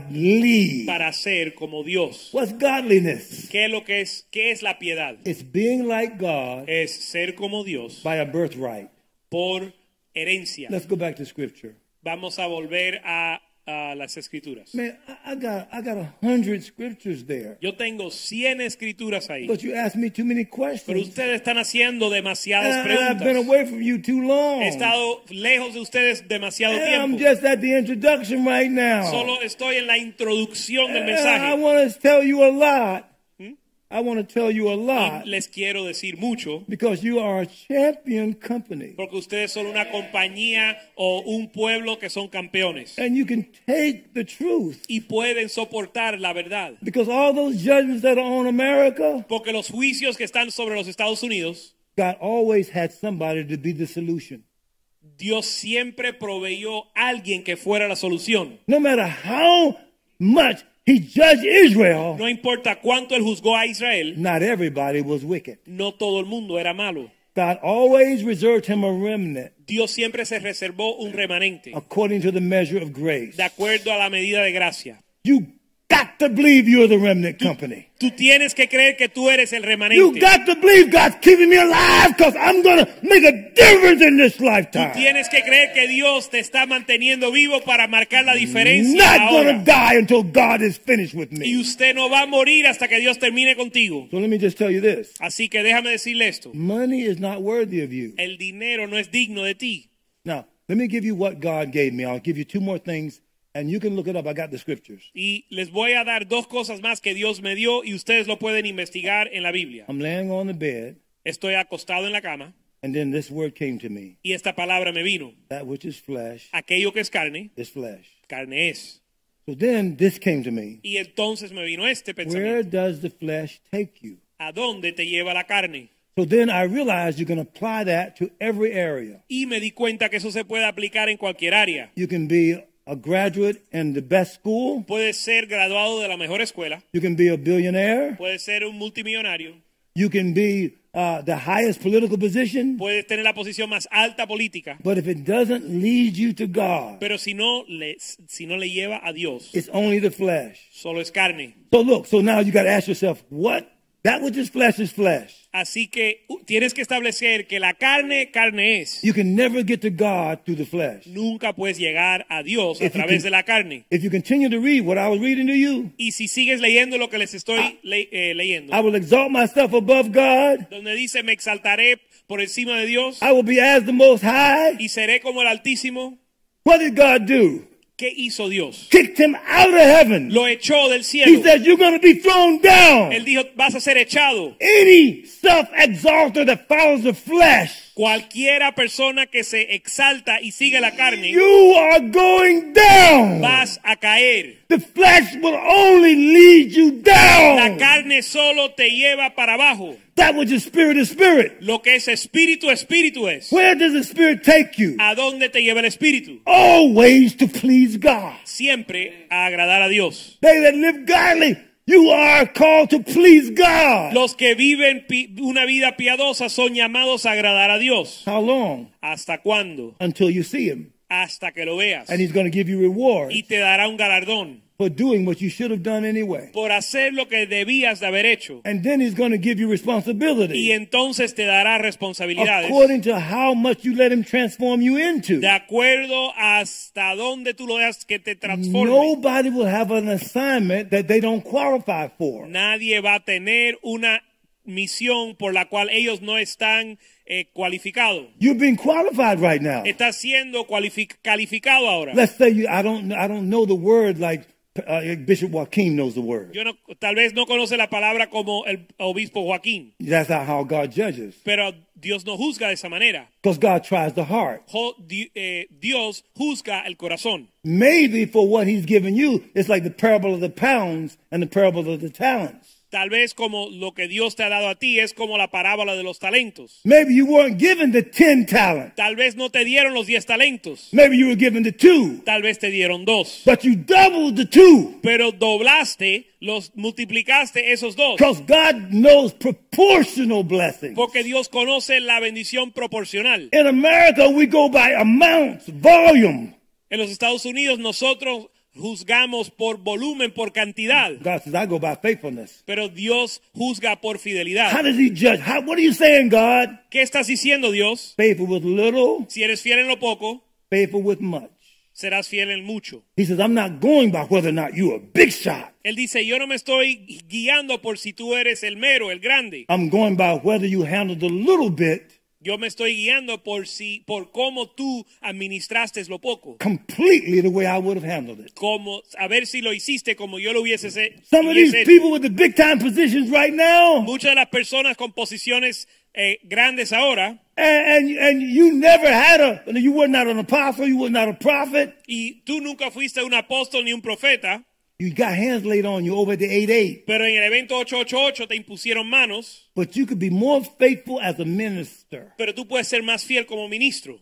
[SPEAKER 2] godly.
[SPEAKER 3] para ser como Dios.
[SPEAKER 2] What's godliness?
[SPEAKER 3] ¿Qué es lo que es? ¿Qué es la piedad?
[SPEAKER 2] It's being like God
[SPEAKER 3] Es ser como Dios
[SPEAKER 2] by a birthright.
[SPEAKER 3] por herencia.
[SPEAKER 2] Let's go back to scripture.
[SPEAKER 3] Vamos a volver a, a las escrituras.
[SPEAKER 2] Man, I, I got I got a hundred scriptures there.
[SPEAKER 3] Yo tengo 100 escrituras ahí,
[SPEAKER 2] But you asked me too many
[SPEAKER 3] pero
[SPEAKER 2] questions.
[SPEAKER 3] ustedes están haciendo demasiadas
[SPEAKER 2] And Uh, I've been
[SPEAKER 3] preguntas.
[SPEAKER 2] away from you too long.
[SPEAKER 3] He estado lejos de ustedes demasiado
[SPEAKER 2] And Eh, I'm
[SPEAKER 3] tiempo.
[SPEAKER 2] just at the introduction right now.
[SPEAKER 3] Solo estoy en la introducción del
[SPEAKER 2] And I
[SPEAKER 3] mensaje. Hmm?
[SPEAKER 2] want to tell you a lot. I want to tell you a lot
[SPEAKER 3] Y les quiero decir mucho,
[SPEAKER 2] because you are a champion company.
[SPEAKER 3] porque ustedes son una compañía o un pueblo que son campeones
[SPEAKER 2] And you can take the truth
[SPEAKER 3] y pueden soportar la verdad.
[SPEAKER 2] because all those judgments that are on America,
[SPEAKER 3] Porque los juicios que están sobre los Estados Unidos,
[SPEAKER 2] God always had somebody to be the solution.
[SPEAKER 3] Dios siempre proveyó a alguien que fuera la solución.
[SPEAKER 2] No matter how much he judged Israel,
[SPEAKER 3] No importa cuánto él juzgó a Israel,
[SPEAKER 2] not everybody was wicked.
[SPEAKER 3] no todo el mundo era malo.
[SPEAKER 2] God always reserved him a remnant
[SPEAKER 3] Dios siempre se reservó un remanente,
[SPEAKER 2] according to the measure of grace.
[SPEAKER 3] de acuerdo a la medida de gracia.
[SPEAKER 2] You got to believe you're the remnant company.
[SPEAKER 3] Tú tienes que creer que tú eres el
[SPEAKER 2] You
[SPEAKER 3] remanente.
[SPEAKER 2] got to believe God's keeping me alive because I'm going to make a difference in this
[SPEAKER 3] Tú
[SPEAKER 2] lifetime.
[SPEAKER 3] tienes que creer que Dios te está manteniendo vivo para marcar la diferencia
[SPEAKER 2] Not going to
[SPEAKER 3] ahora.
[SPEAKER 2] die until God is finished with me.
[SPEAKER 3] Y usted no va a morir hasta que Dios termine contigo.
[SPEAKER 2] So let me just tell you this
[SPEAKER 3] Así que déjame decirle esto.
[SPEAKER 2] money is not worthy of you.
[SPEAKER 3] El dinero no es digno de ti.
[SPEAKER 2] Now, let me give you what God gave me. I'll give you two more things, and you can look it up. I got the scriptures.
[SPEAKER 3] Y les voy a dar dos cosas más que Dios me dio y ustedes lo pueden investigar en la Biblia.
[SPEAKER 2] I'm laying on the bed,
[SPEAKER 3] Estoy acostado en la cama
[SPEAKER 2] and then this word came to me
[SPEAKER 3] y esta palabra me vino.
[SPEAKER 2] that which is flesh
[SPEAKER 3] Aquello que es carne,
[SPEAKER 2] is flesh.
[SPEAKER 3] carne es.
[SPEAKER 2] So then this came to me
[SPEAKER 3] Y entonces me vino este
[SPEAKER 2] Where
[SPEAKER 3] pensamiento.
[SPEAKER 2] does the flesh take you?
[SPEAKER 3] ¿A dónde te lleva la carne?
[SPEAKER 2] So then I realized you can apply that to every area.
[SPEAKER 3] Y me di cuenta que eso se puede aplicar en cualquier área.
[SPEAKER 2] You can be a graduate in the best school,
[SPEAKER 3] Puedes ser graduado de la mejor escuela,
[SPEAKER 2] you can be a billionaire,
[SPEAKER 3] puedes ser un multimillonario,
[SPEAKER 2] you can be uh, the highest political position,
[SPEAKER 3] puedes tener la posición más alta política,
[SPEAKER 2] but if it doesn't lead you to God,
[SPEAKER 3] pero si no le, si no le lleva a Dios,
[SPEAKER 2] it's only the flesh.
[SPEAKER 3] solo es carne.
[SPEAKER 2] So look, so now you got to ask yourself, what that which is flesh is flesh.
[SPEAKER 3] Así que uh, tienes que establecer que la carne, carne es.
[SPEAKER 2] You can never get to God through the flesh.
[SPEAKER 3] Nunca puedes llegar a Dios a
[SPEAKER 2] If you can-
[SPEAKER 3] través de la carne.
[SPEAKER 2] If you continue to read what I was reading to you,
[SPEAKER 3] Y si sigues leyendo lo que les estoy le- eh, leyendo,
[SPEAKER 2] I will exalt myself above God.
[SPEAKER 3] donde dice, me exaltaré por encima de Dios
[SPEAKER 2] I will be as the most high.
[SPEAKER 3] y seré como el Altísimo,
[SPEAKER 2] What did God do?
[SPEAKER 3] ¿Qué hizo Dios?
[SPEAKER 2] kicked him out of heaven.
[SPEAKER 3] Lo echó del
[SPEAKER 2] He
[SPEAKER 3] cielo.
[SPEAKER 2] said, You're going to be thrown down.
[SPEAKER 3] Él dijo, vas a ser echado.
[SPEAKER 2] Any self exalter that follows the flesh,
[SPEAKER 3] Cualquiera persona que se exalta y sigue la carne,
[SPEAKER 2] you are going down.
[SPEAKER 3] vas a caer.
[SPEAKER 2] The flesh will only lead you
[SPEAKER 3] La
[SPEAKER 2] down.
[SPEAKER 3] carne solo te lleva para abajo.
[SPEAKER 2] That which is spirit is spirit.
[SPEAKER 3] Lo que es espíritu, espíritu es.
[SPEAKER 2] Where does the spirit take you?
[SPEAKER 3] ¿A dónde te lleva el espíritu?
[SPEAKER 2] Always to please God.
[SPEAKER 3] Siempre a agradar a Dios.
[SPEAKER 2] They that live godly, you are called to please God.
[SPEAKER 3] Los que viven pi- una vida piadosa son llamados a agradar a Dios.
[SPEAKER 2] How long?
[SPEAKER 3] ¿Hasta cuándo?
[SPEAKER 2] Until you see him.
[SPEAKER 3] Hasta que lo veas.
[SPEAKER 2] And he's going to give you reward
[SPEAKER 3] Y te dará un galardón
[SPEAKER 2] for doing what you should have done anyway.
[SPEAKER 3] por hacer lo que debías de haber hecho.
[SPEAKER 2] And then he's going to give you
[SPEAKER 3] Y
[SPEAKER 2] responsibility
[SPEAKER 3] entonces te dará responsabilidades
[SPEAKER 2] according to how much you let him transform you into.
[SPEAKER 3] de acuerdo hasta dónde tú lo dejas que te transforme.
[SPEAKER 2] Nobody will have an assignment that they don't qualify for.
[SPEAKER 3] Nadie va a tener una misión por la cual ellos no están eh, cualificados.
[SPEAKER 2] You've been qualified right now.
[SPEAKER 3] Está siendo cualific- calificado ahora.
[SPEAKER 2] Let's say you, I don't, I don't know the word like uh, Bishop Joaquin knows the word.
[SPEAKER 3] Yo no, tal vez no conoce la palabra como el obispo Joaquín,
[SPEAKER 2] That's not how God judges,
[SPEAKER 3] pero Dios no juzga de esa manera.
[SPEAKER 2] because God tries the heart.
[SPEAKER 3] Jo- di- eh, Dios juzga el corazón.
[SPEAKER 2] Maybe for what he's given you, it's like the parable of the pounds and the parable of the talents.
[SPEAKER 3] Tal vez como lo que Dios te ha dado a ti es como la parábola de los talentos.
[SPEAKER 2] Maybe you weren't given the 10 talents.
[SPEAKER 3] Tal vez no te dieron los 10 talentos.
[SPEAKER 2] Maybe you were given the two,
[SPEAKER 3] Tal vez te dieron dos.
[SPEAKER 2] but you doubled the two
[SPEAKER 3] Pero doblaste, los multiplicaste esos dos.
[SPEAKER 2] because God knows proportional blessings.
[SPEAKER 3] Porque Dios conoce la bendición proporcional.
[SPEAKER 2] In America, we go by amounts, volume.
[SPEAKER 3] En los Estados Unidos nosotros juzgamos por volumen, por cantidad.
[SPEAKER 2] God says, I go by faithfulness.
[SPEAKER 3] Pero Dios juzga por
[SPEAKER 2] How
[SPEAKER 3] fidelidad.
[SPEAKER 2] does he judge? How, what are you saying, God?
[SPEAKER 3] ¿Qué estás diciendo Dios?
[SPEAKER 2] Faithful with little,
[SPEAKER 3] Si eres fiel en lo poco,
[SPEAKER 2] faithful with much.
[SPEAKER 3] serás fiel en mucho.
[SPEAKER 2] He says, I'm not going by whether or not you're a big shot.
[SPEAKER 3] Él dice, yo no me estoy guiando por si tú eres el mero, el grande.
[SPEAKER 2] I'm going by whether you handled a little bit
[SPEAKER 3] Yo me estoy guiando por si, por cómo tú administraste lo poco.
[SPEAKER 2] completely the way I would have handled it.
[SPEAKER 3] Como, a ver si lo hiciste como yo lo hubiese, se-
[SPEAKER 2] Some of these
[SPEAKER 3] hubiese hecho.
[SPEAKER 2] people with the big time positions right now,
[SPEAKER 3] Muchas de las personas con posiciones eh, grandes ahora,
[SPEAKER 2] and, and and you never had a, you were not an apostle, you were not a prophet.
[SPEAKER 3] y tú nunca fuiste un apóstol ni un profeta,
[SPEAKER 2] You got hands laid on you over at the eight eight,
[SPEAKER 3] pero en el evento 888 te impusieron manos,
[SPEAKER 2] but you could be more faithful as a minister
[SPEAKER 3] pero tú puedes ser más fiel como ministro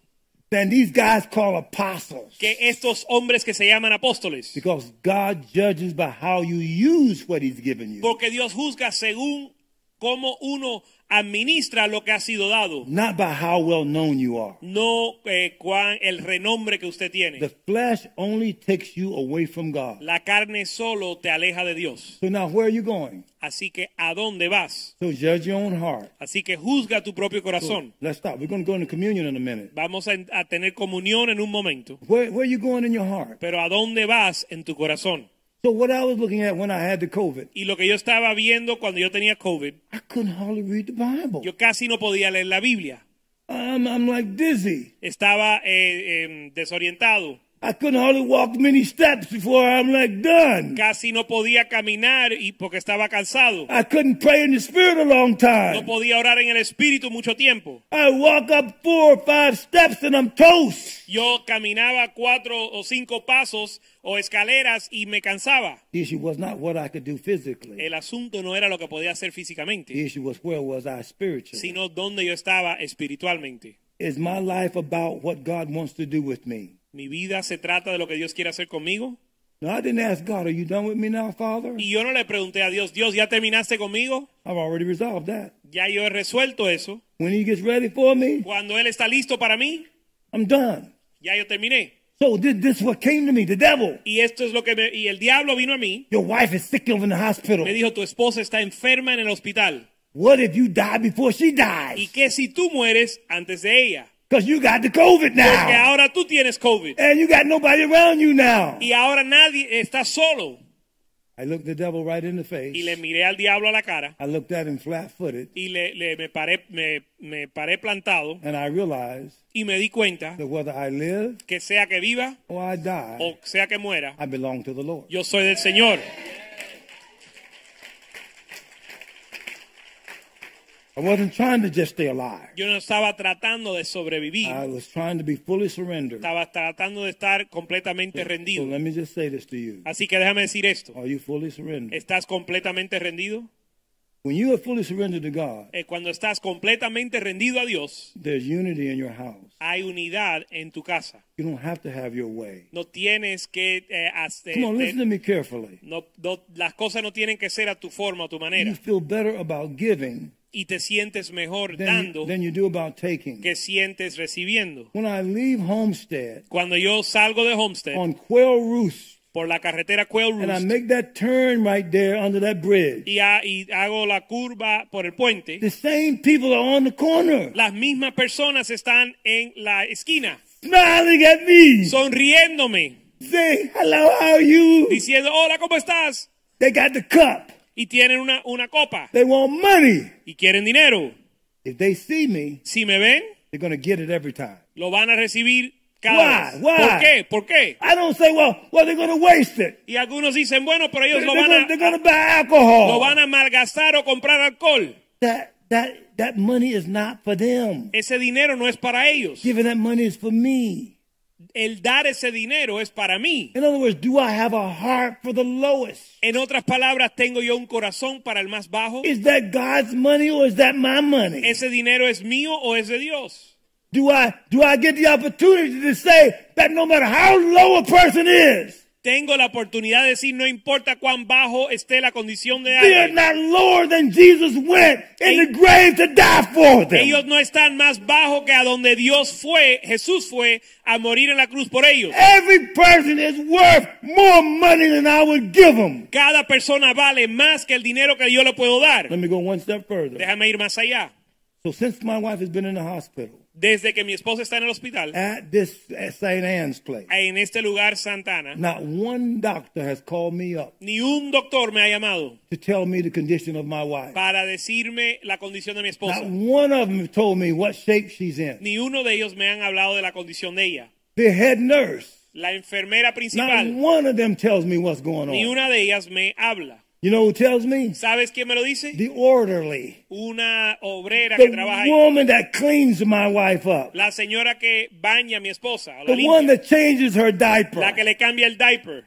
[SPEAKER 2] than these guys call apostles,
[SPEAKER 3] que estos hombres que se llaman apóstoles.
[SPEAKER 2] because God judges by how you use what He's given you,
[SPEAKER 3] Porque Dios juzga según cómo uno administra lo que ha sido dado,
[SPEAKER 2] not by how well known you are.
[SPEAKER 3] no eh, cuán- el renombre que
[SPEAKER 2] The
[SPEAKER 3] usted tiene.
[SPEAKER 2] flesh only takes you away from God.
[SPEAKER 3] La carne solo te aleja de Dios.
[SPEAKER 2] So now, where are you going?
[SPEAKER 3] Así que, ¿a dónde vas?
[SPEAKER 2] So judge your own heart.
[SPEAKER 3] Así que juzga tu propio corazón.
[SPEAKER 2] Let's stop. We're going to go into communion in a minute.
[SPEAKER 3] Vamos a, a tener comunión en un momento.
[SPEAKER 2] Where, where are you going in your heart?
[SPEAKER 3] Pero ¿a dónde vas en tu corazón?
[SPEAKER 2] So what I was looking at when I had the COVID,
[SPEAKER 3] Y lo que yo estaba viendo cuando yo tenía COVID,
[SPEAKER 2] I couldn't hardly read the Bible.
[SPEAKER 3] yo casi no podía leer la Biblia.
[SPEAKER 2] I'm, I'm like dizzy.
[SPEAKER 3] Estaba eh, em, desorientado.
[SPEAKER 2] I couldn't hardly walk many steps before I'm like done.
[SPEAKER 3] Casi no podía caminar y porque estaba cansado.
[SPEAKER 2] I couldn't pray in the spirit a long
[SPEAKER 3] No
[SPEAKER 2] time.
[SPEAKER 3] podía orar en el espíritu mucho tiempo.
[SPEAKER 2] I walk up four or five steps and I'm toast.
[SPEAKER 3] Yo caminaba cuatro o cinco pasos o escaleras y me cansaba.
[SPEAKER 2] The issue was not what I could do physically.
[SPEAKER 3] El asunto no era lo que podía hacer físicamente,
[SPEAKER 2] The issue was where was I spiritually.
[SPEAKER 3] sino dónde yo estaba espiritualmente.
[SPEAKER 2] Is my life about what God wants to do with me?
[SPEAKER 3] Mi vida se trata de lo que Dios quiere hacer conmigo.
[SPEAKER 2] No, I didn't ask God, are you done with me now, Father?
[SPEAKER 3] Y yo no le pregunté a Dios, Dios, ¿ya terminaste conmigo?
[SPEAKER 2] I've already resolved that.
[SPEAKER 3] Ya yo he resuelto eso.
[SPEAKER 2] When he gets ready for me,
[SPEAKER 3] Cuando Él está listo para mí,
[SPEAKER 2] I'm done.
[SPEAKER 3] ya yo terminé.
[SPEAKER 2] So this, this what came to me, the devil.
[SPEAKER 3] Y esto es lo que me... Y el diablo vino a mí,
[SPEAKER 2] Your wife is sick over in the hospital.
[SPEAKER 3] me dijo, tu esposa está enferma en el hospital.
[SPEAKER 2] What if you die before she
[SPEAKER 3] ¿Y
[SPEAKER 2] dies?
[SPEAKER 3] qué si tú mueres antes de ella?
[SPEAKER 2] Because you got the COVID
[SPEAKER 3] Porque
[SPEAKER 2] now.
[SPEAKER 3] ahora tú tienes COVID.
[SPEAKER 2] And you got nobody around you now.
[SPEAKER 3] Y ahora nadie está solo.
[SPEAKER 2] I looked the devil right in the
[SPEAKER 3] y le
[SPEAKER 2] face.
[SPEAKER 3] miré al diablo a la cara
[SPEAKER 2] I looked at him flat footed,
[SPEAKER 3] y le, le- me, paré, me, me paré plantado
[SPEAKER 2] and I realized
[SPEAKER 3] y me di cuenta
[SPEAKER 2] that whether I live
[SPEAKER 3] que sea que viva
[SPEAKER 2] or I die,
[SPEAKER 3] o sea que muera,
[SPEAKER 2] I belong to the Lord.
[SPEAKER 3] yo soy del Señor.
[SPEAKER 2] I wasn't trying to just stay alive.
[SPEAKER 3] Yo no estaba tratando de sobrevivir,
[SPEAKER 2] I was trying to be fully surrendered.
[SPEAKER 3] estaba tratando de estar completamente
[SPEAKER 2] So
[SPEAKER 3] rendido.
[SPEAKER 2] let me just say this to you.
[SPEAKER 3] Así que déjame decir esto.
[SPEAKER 2] Are you fully surrendered?
[SPEAKER 3] ¿Estás completamente rendido?
[SPEAKER 2] When you are fully surrendered to God,
[SPEAKER 3] Eh, cuando estás completamente rendido a Dios,
[SPEAKER 2] there's unity in your house.
[SPEAKER 3] hay unidad en tu casa.
[SPEAKER 2] You don't have to have your way.
[SPEAKER 3] No tienes que eh, hacer...
[SPEAKER 2] Come on, listen to me carefully.
[SPEAKER 3] no- no- las cosas no tienen que ser a tu forma, a tu
[SPEAKER 2] You
[SPEAKER 3] manera.
[SPEAKER 2] feel better about giving
[SPEAKER 3] Y te sientes mejor
[SPEAKER 2] than
[SPEAKER 3] dando
[SPEAKER 2] you, than you do about taking.
[SPEAKER 3] que sientes recibiendo.
[SPEAKER 2] When I leave Homestead
[SPEAKER 3] Cuando yo salgo de Homestead
[SPEAKER 2] on Quail Roost
[SPEAKER 3] por la carretera Quail
[SPEAKER 2] and I
[SPEAKER 3] Roost
[SPEAKER 2] make that turn right there under that bridge,
[SPEAKER 3] y, ha- y hago la curva por el puente,
[SPEAKER 2] the same people are on the corner
[SPEAKER 3] las mismas personas están en la esquina
[SPEAKER 2] smiling at me,
[SPEAKER 3] sonriéndome,
[SPEAKER 2] saying, Hello, how are you?
[SPEAKER 3] diciendo, hola, ¿cómo estás?
[SPEAKER 2] They got the cup.
[SPEAKER 3] Y tienen una, una copa
[SPEAKER 2] They want money.
[SPEAKER 3] y quieren dinero.
[SPEAKER 2] If they see me,
[SPEAKER 3] Si me ven,
[SPEAKER 2] they're going to get it every time.
[SPEAKER 3] lo van a recibir cada
[SPEAKER 2] Why?
[SPEAKER 3] vez.
[SPEAKER 2] Why?
[SPEAKER 3] ¿Por qué? ¿Por qué?
[SPEAKER 2] I don't say, well, well, they're going to waste it.
[SPEAKER 3] Y algunos dicen, bueno, pero ellos
[SPEAKER 2] They're,
[SPEAKER 3] lo van a,
[SPEAKER 2] going to buy
[SPEAKER 3] lo
[SPEAKER 2] alcohol.
[SPEAKER 3] van a malgastar o comprar alcohol.
[SPEAKER 2] that, that, that money is not for them.
[SPEAKER 3] Ese dinero no es para ellos.
[SPEAKER 2] Giving that money is for me.
[SPEAKER 3] El dar ese dinero es para mí.
[SPEAKER 2] In other words, do I have a heart for the lowest?
[SPEAKER 3] En otras palabras, tengo yo un corazón para el más bajo.
[SPEAKER 2] Is that God's money or is that my money?
[SPEAKER 3] ¿Ese dinero es mío o es de Dios?
[SPEAKER 2] Do I do I get the opportunity to say that no matter how low a person is,
[SPEAKER 3] Tengo la oportunidad de decir, no importa cuán bajo esté la condición de
[SPEAKER 2] they are
[SPEAKER 3] alguien.
[SPEAKER 2] not lower than Jesus went in the grave to die for them.
[SPEAKER 3] Ellos no están más bajo que a donde Dios fue, Jesús fue, a morir en la cruz por ellos.
[SPEAKER 2] Every person is worth more money than I would give them.
[SPEAKER 3] Cada persona vale más que el dinero que yo le puedo dar.
[SPEAKER 2] Let me go one step further.
[SPEAKER 3] Déjame ir más allá.
[SPEAKER 2] So since my wife has been in the hospital
[SPEAKER 3] Desde que mi esposa está en el hospital,
[SPEAKER 2] at this at St. Anne's place,
[SPEAKER 3] en este lugar, Santana,
[SPEAKER 2] not one doctor has called me up
[SPEAKER 3] ni un doctor me ha llamado
[SPEAKER 2] to tell me the condition of my wife.
[SPEAKER 3] para decirme la condición de mi esposa.
[SPEAKER 2] Not one of them told me what shape she's in.
[SPEAKER 3] Ni uno de ellos me han hablado de la condición de ella.
[SPEAKER 2] The head nurse,
[SPEAKER 3] La enfermera
[SPEAKER 2] not
[SPEAKER 3] principal,
[SPEAKER 2] one of them tells me what's going
[SPEAKER 3] ni
[SPEAKER 2] on.
[SPEAKER 3] una de ellas me habla.
[SPEAKER 2] You know who tells me?
[SPEAKER 3] ¿Sabes quién me lo dice?
[SPEAKER 2] The orderly,
[SPEAKER 3] Una obrera que trabaja
[SPEAKER 2] the
[SPEAKER 3] ahí.
[SPEAKER 2] woman that cleans my wife up,
[SPEAKER 3] La señora que baña a mi esposa, la,
[SPEAKER 2] the one
[SPEAKER 3] limpia,
[SPEAKER 2] that changes her diaper.
[SPEAKER 3] la que le cambia el diaper.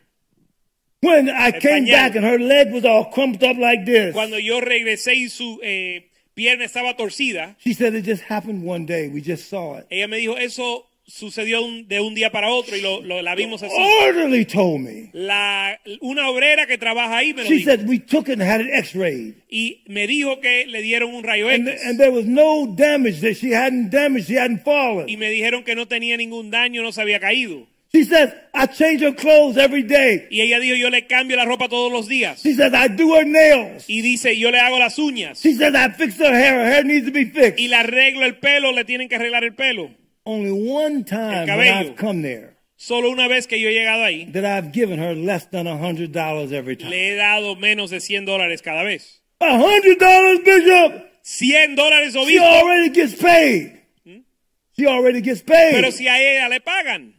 [SPEAKER 2] When I came
[SPEAKER 3] pañal.
[SPEAKER 2] back and her leg was all crumped up like this,
[SPEAKER 3] Cuando yo regresé y su eh, pierna estaba torcida,
[SPEAKER 2] she said it just happened one day. We just saw it.
[SPEAKER 3] ella me dijo, eso sucedió un- de un día para otro y lo, lo- la vimos así.
[SPEAKER 2] Orderly told me.
[SPEAKER 3] La, una obrera que trabaja ahí me lo
[SPEAKER 2] She
[SPEAKER 3] dijo.
[SPEAKER 2] said we took it and had it x-rayed.
[SPEAKER 3] Y me dijo que le dieron un rayo
[SPEAKER 2] And,
[SPEAKER 3] X.
[SPEAKER 2] and there was no damage that she hadn't damaged. She hadn't
[SPEAKER 3] Y
[SPEAKER 2] fallen.
[SPEAKER 3] me dijeron que no tenía ningún daño, no se había caído.
[SPEAKER 2] She says, I change her clothes every day.
[SPEAKER 3] Y ella dijo, yo le cambio la ropa todos los días.
[SPEAKER 2] She says, I do her nails.
[SPEAKER 3] Y dice, yo le hago las uñas.
[SPEAKER 2] She says, I fix her hair. Her hair needs to be
[SPEAKER 3] Y
[SPEAKER 2] fixed.
[SPEAKER 3] le arreglo el pelo, le tienen que arreglar el pelo.
[SPEAKER 2] Only one time when
[SPEAKER 3] El cabello.
[SPEAKER 2] I've come there
[SPEAKER 3] Solo una vez que yo he llegado ahí,
[SPEAKER 2] that I've given her less than a $100 every time.
[SPEAKER 3] le he dado menos de 100 dólares cada vez.
[SPEAKER 2] A $100, Bishop?
[SPEAKER 3] 100 dólares o
[SPEAKER 2] She already gets paid. She already gets
[SPEAKER 3] Hmm? Pero
[SPEAKER 2] paid.
[SPEAKER 3] si a ella le pagan.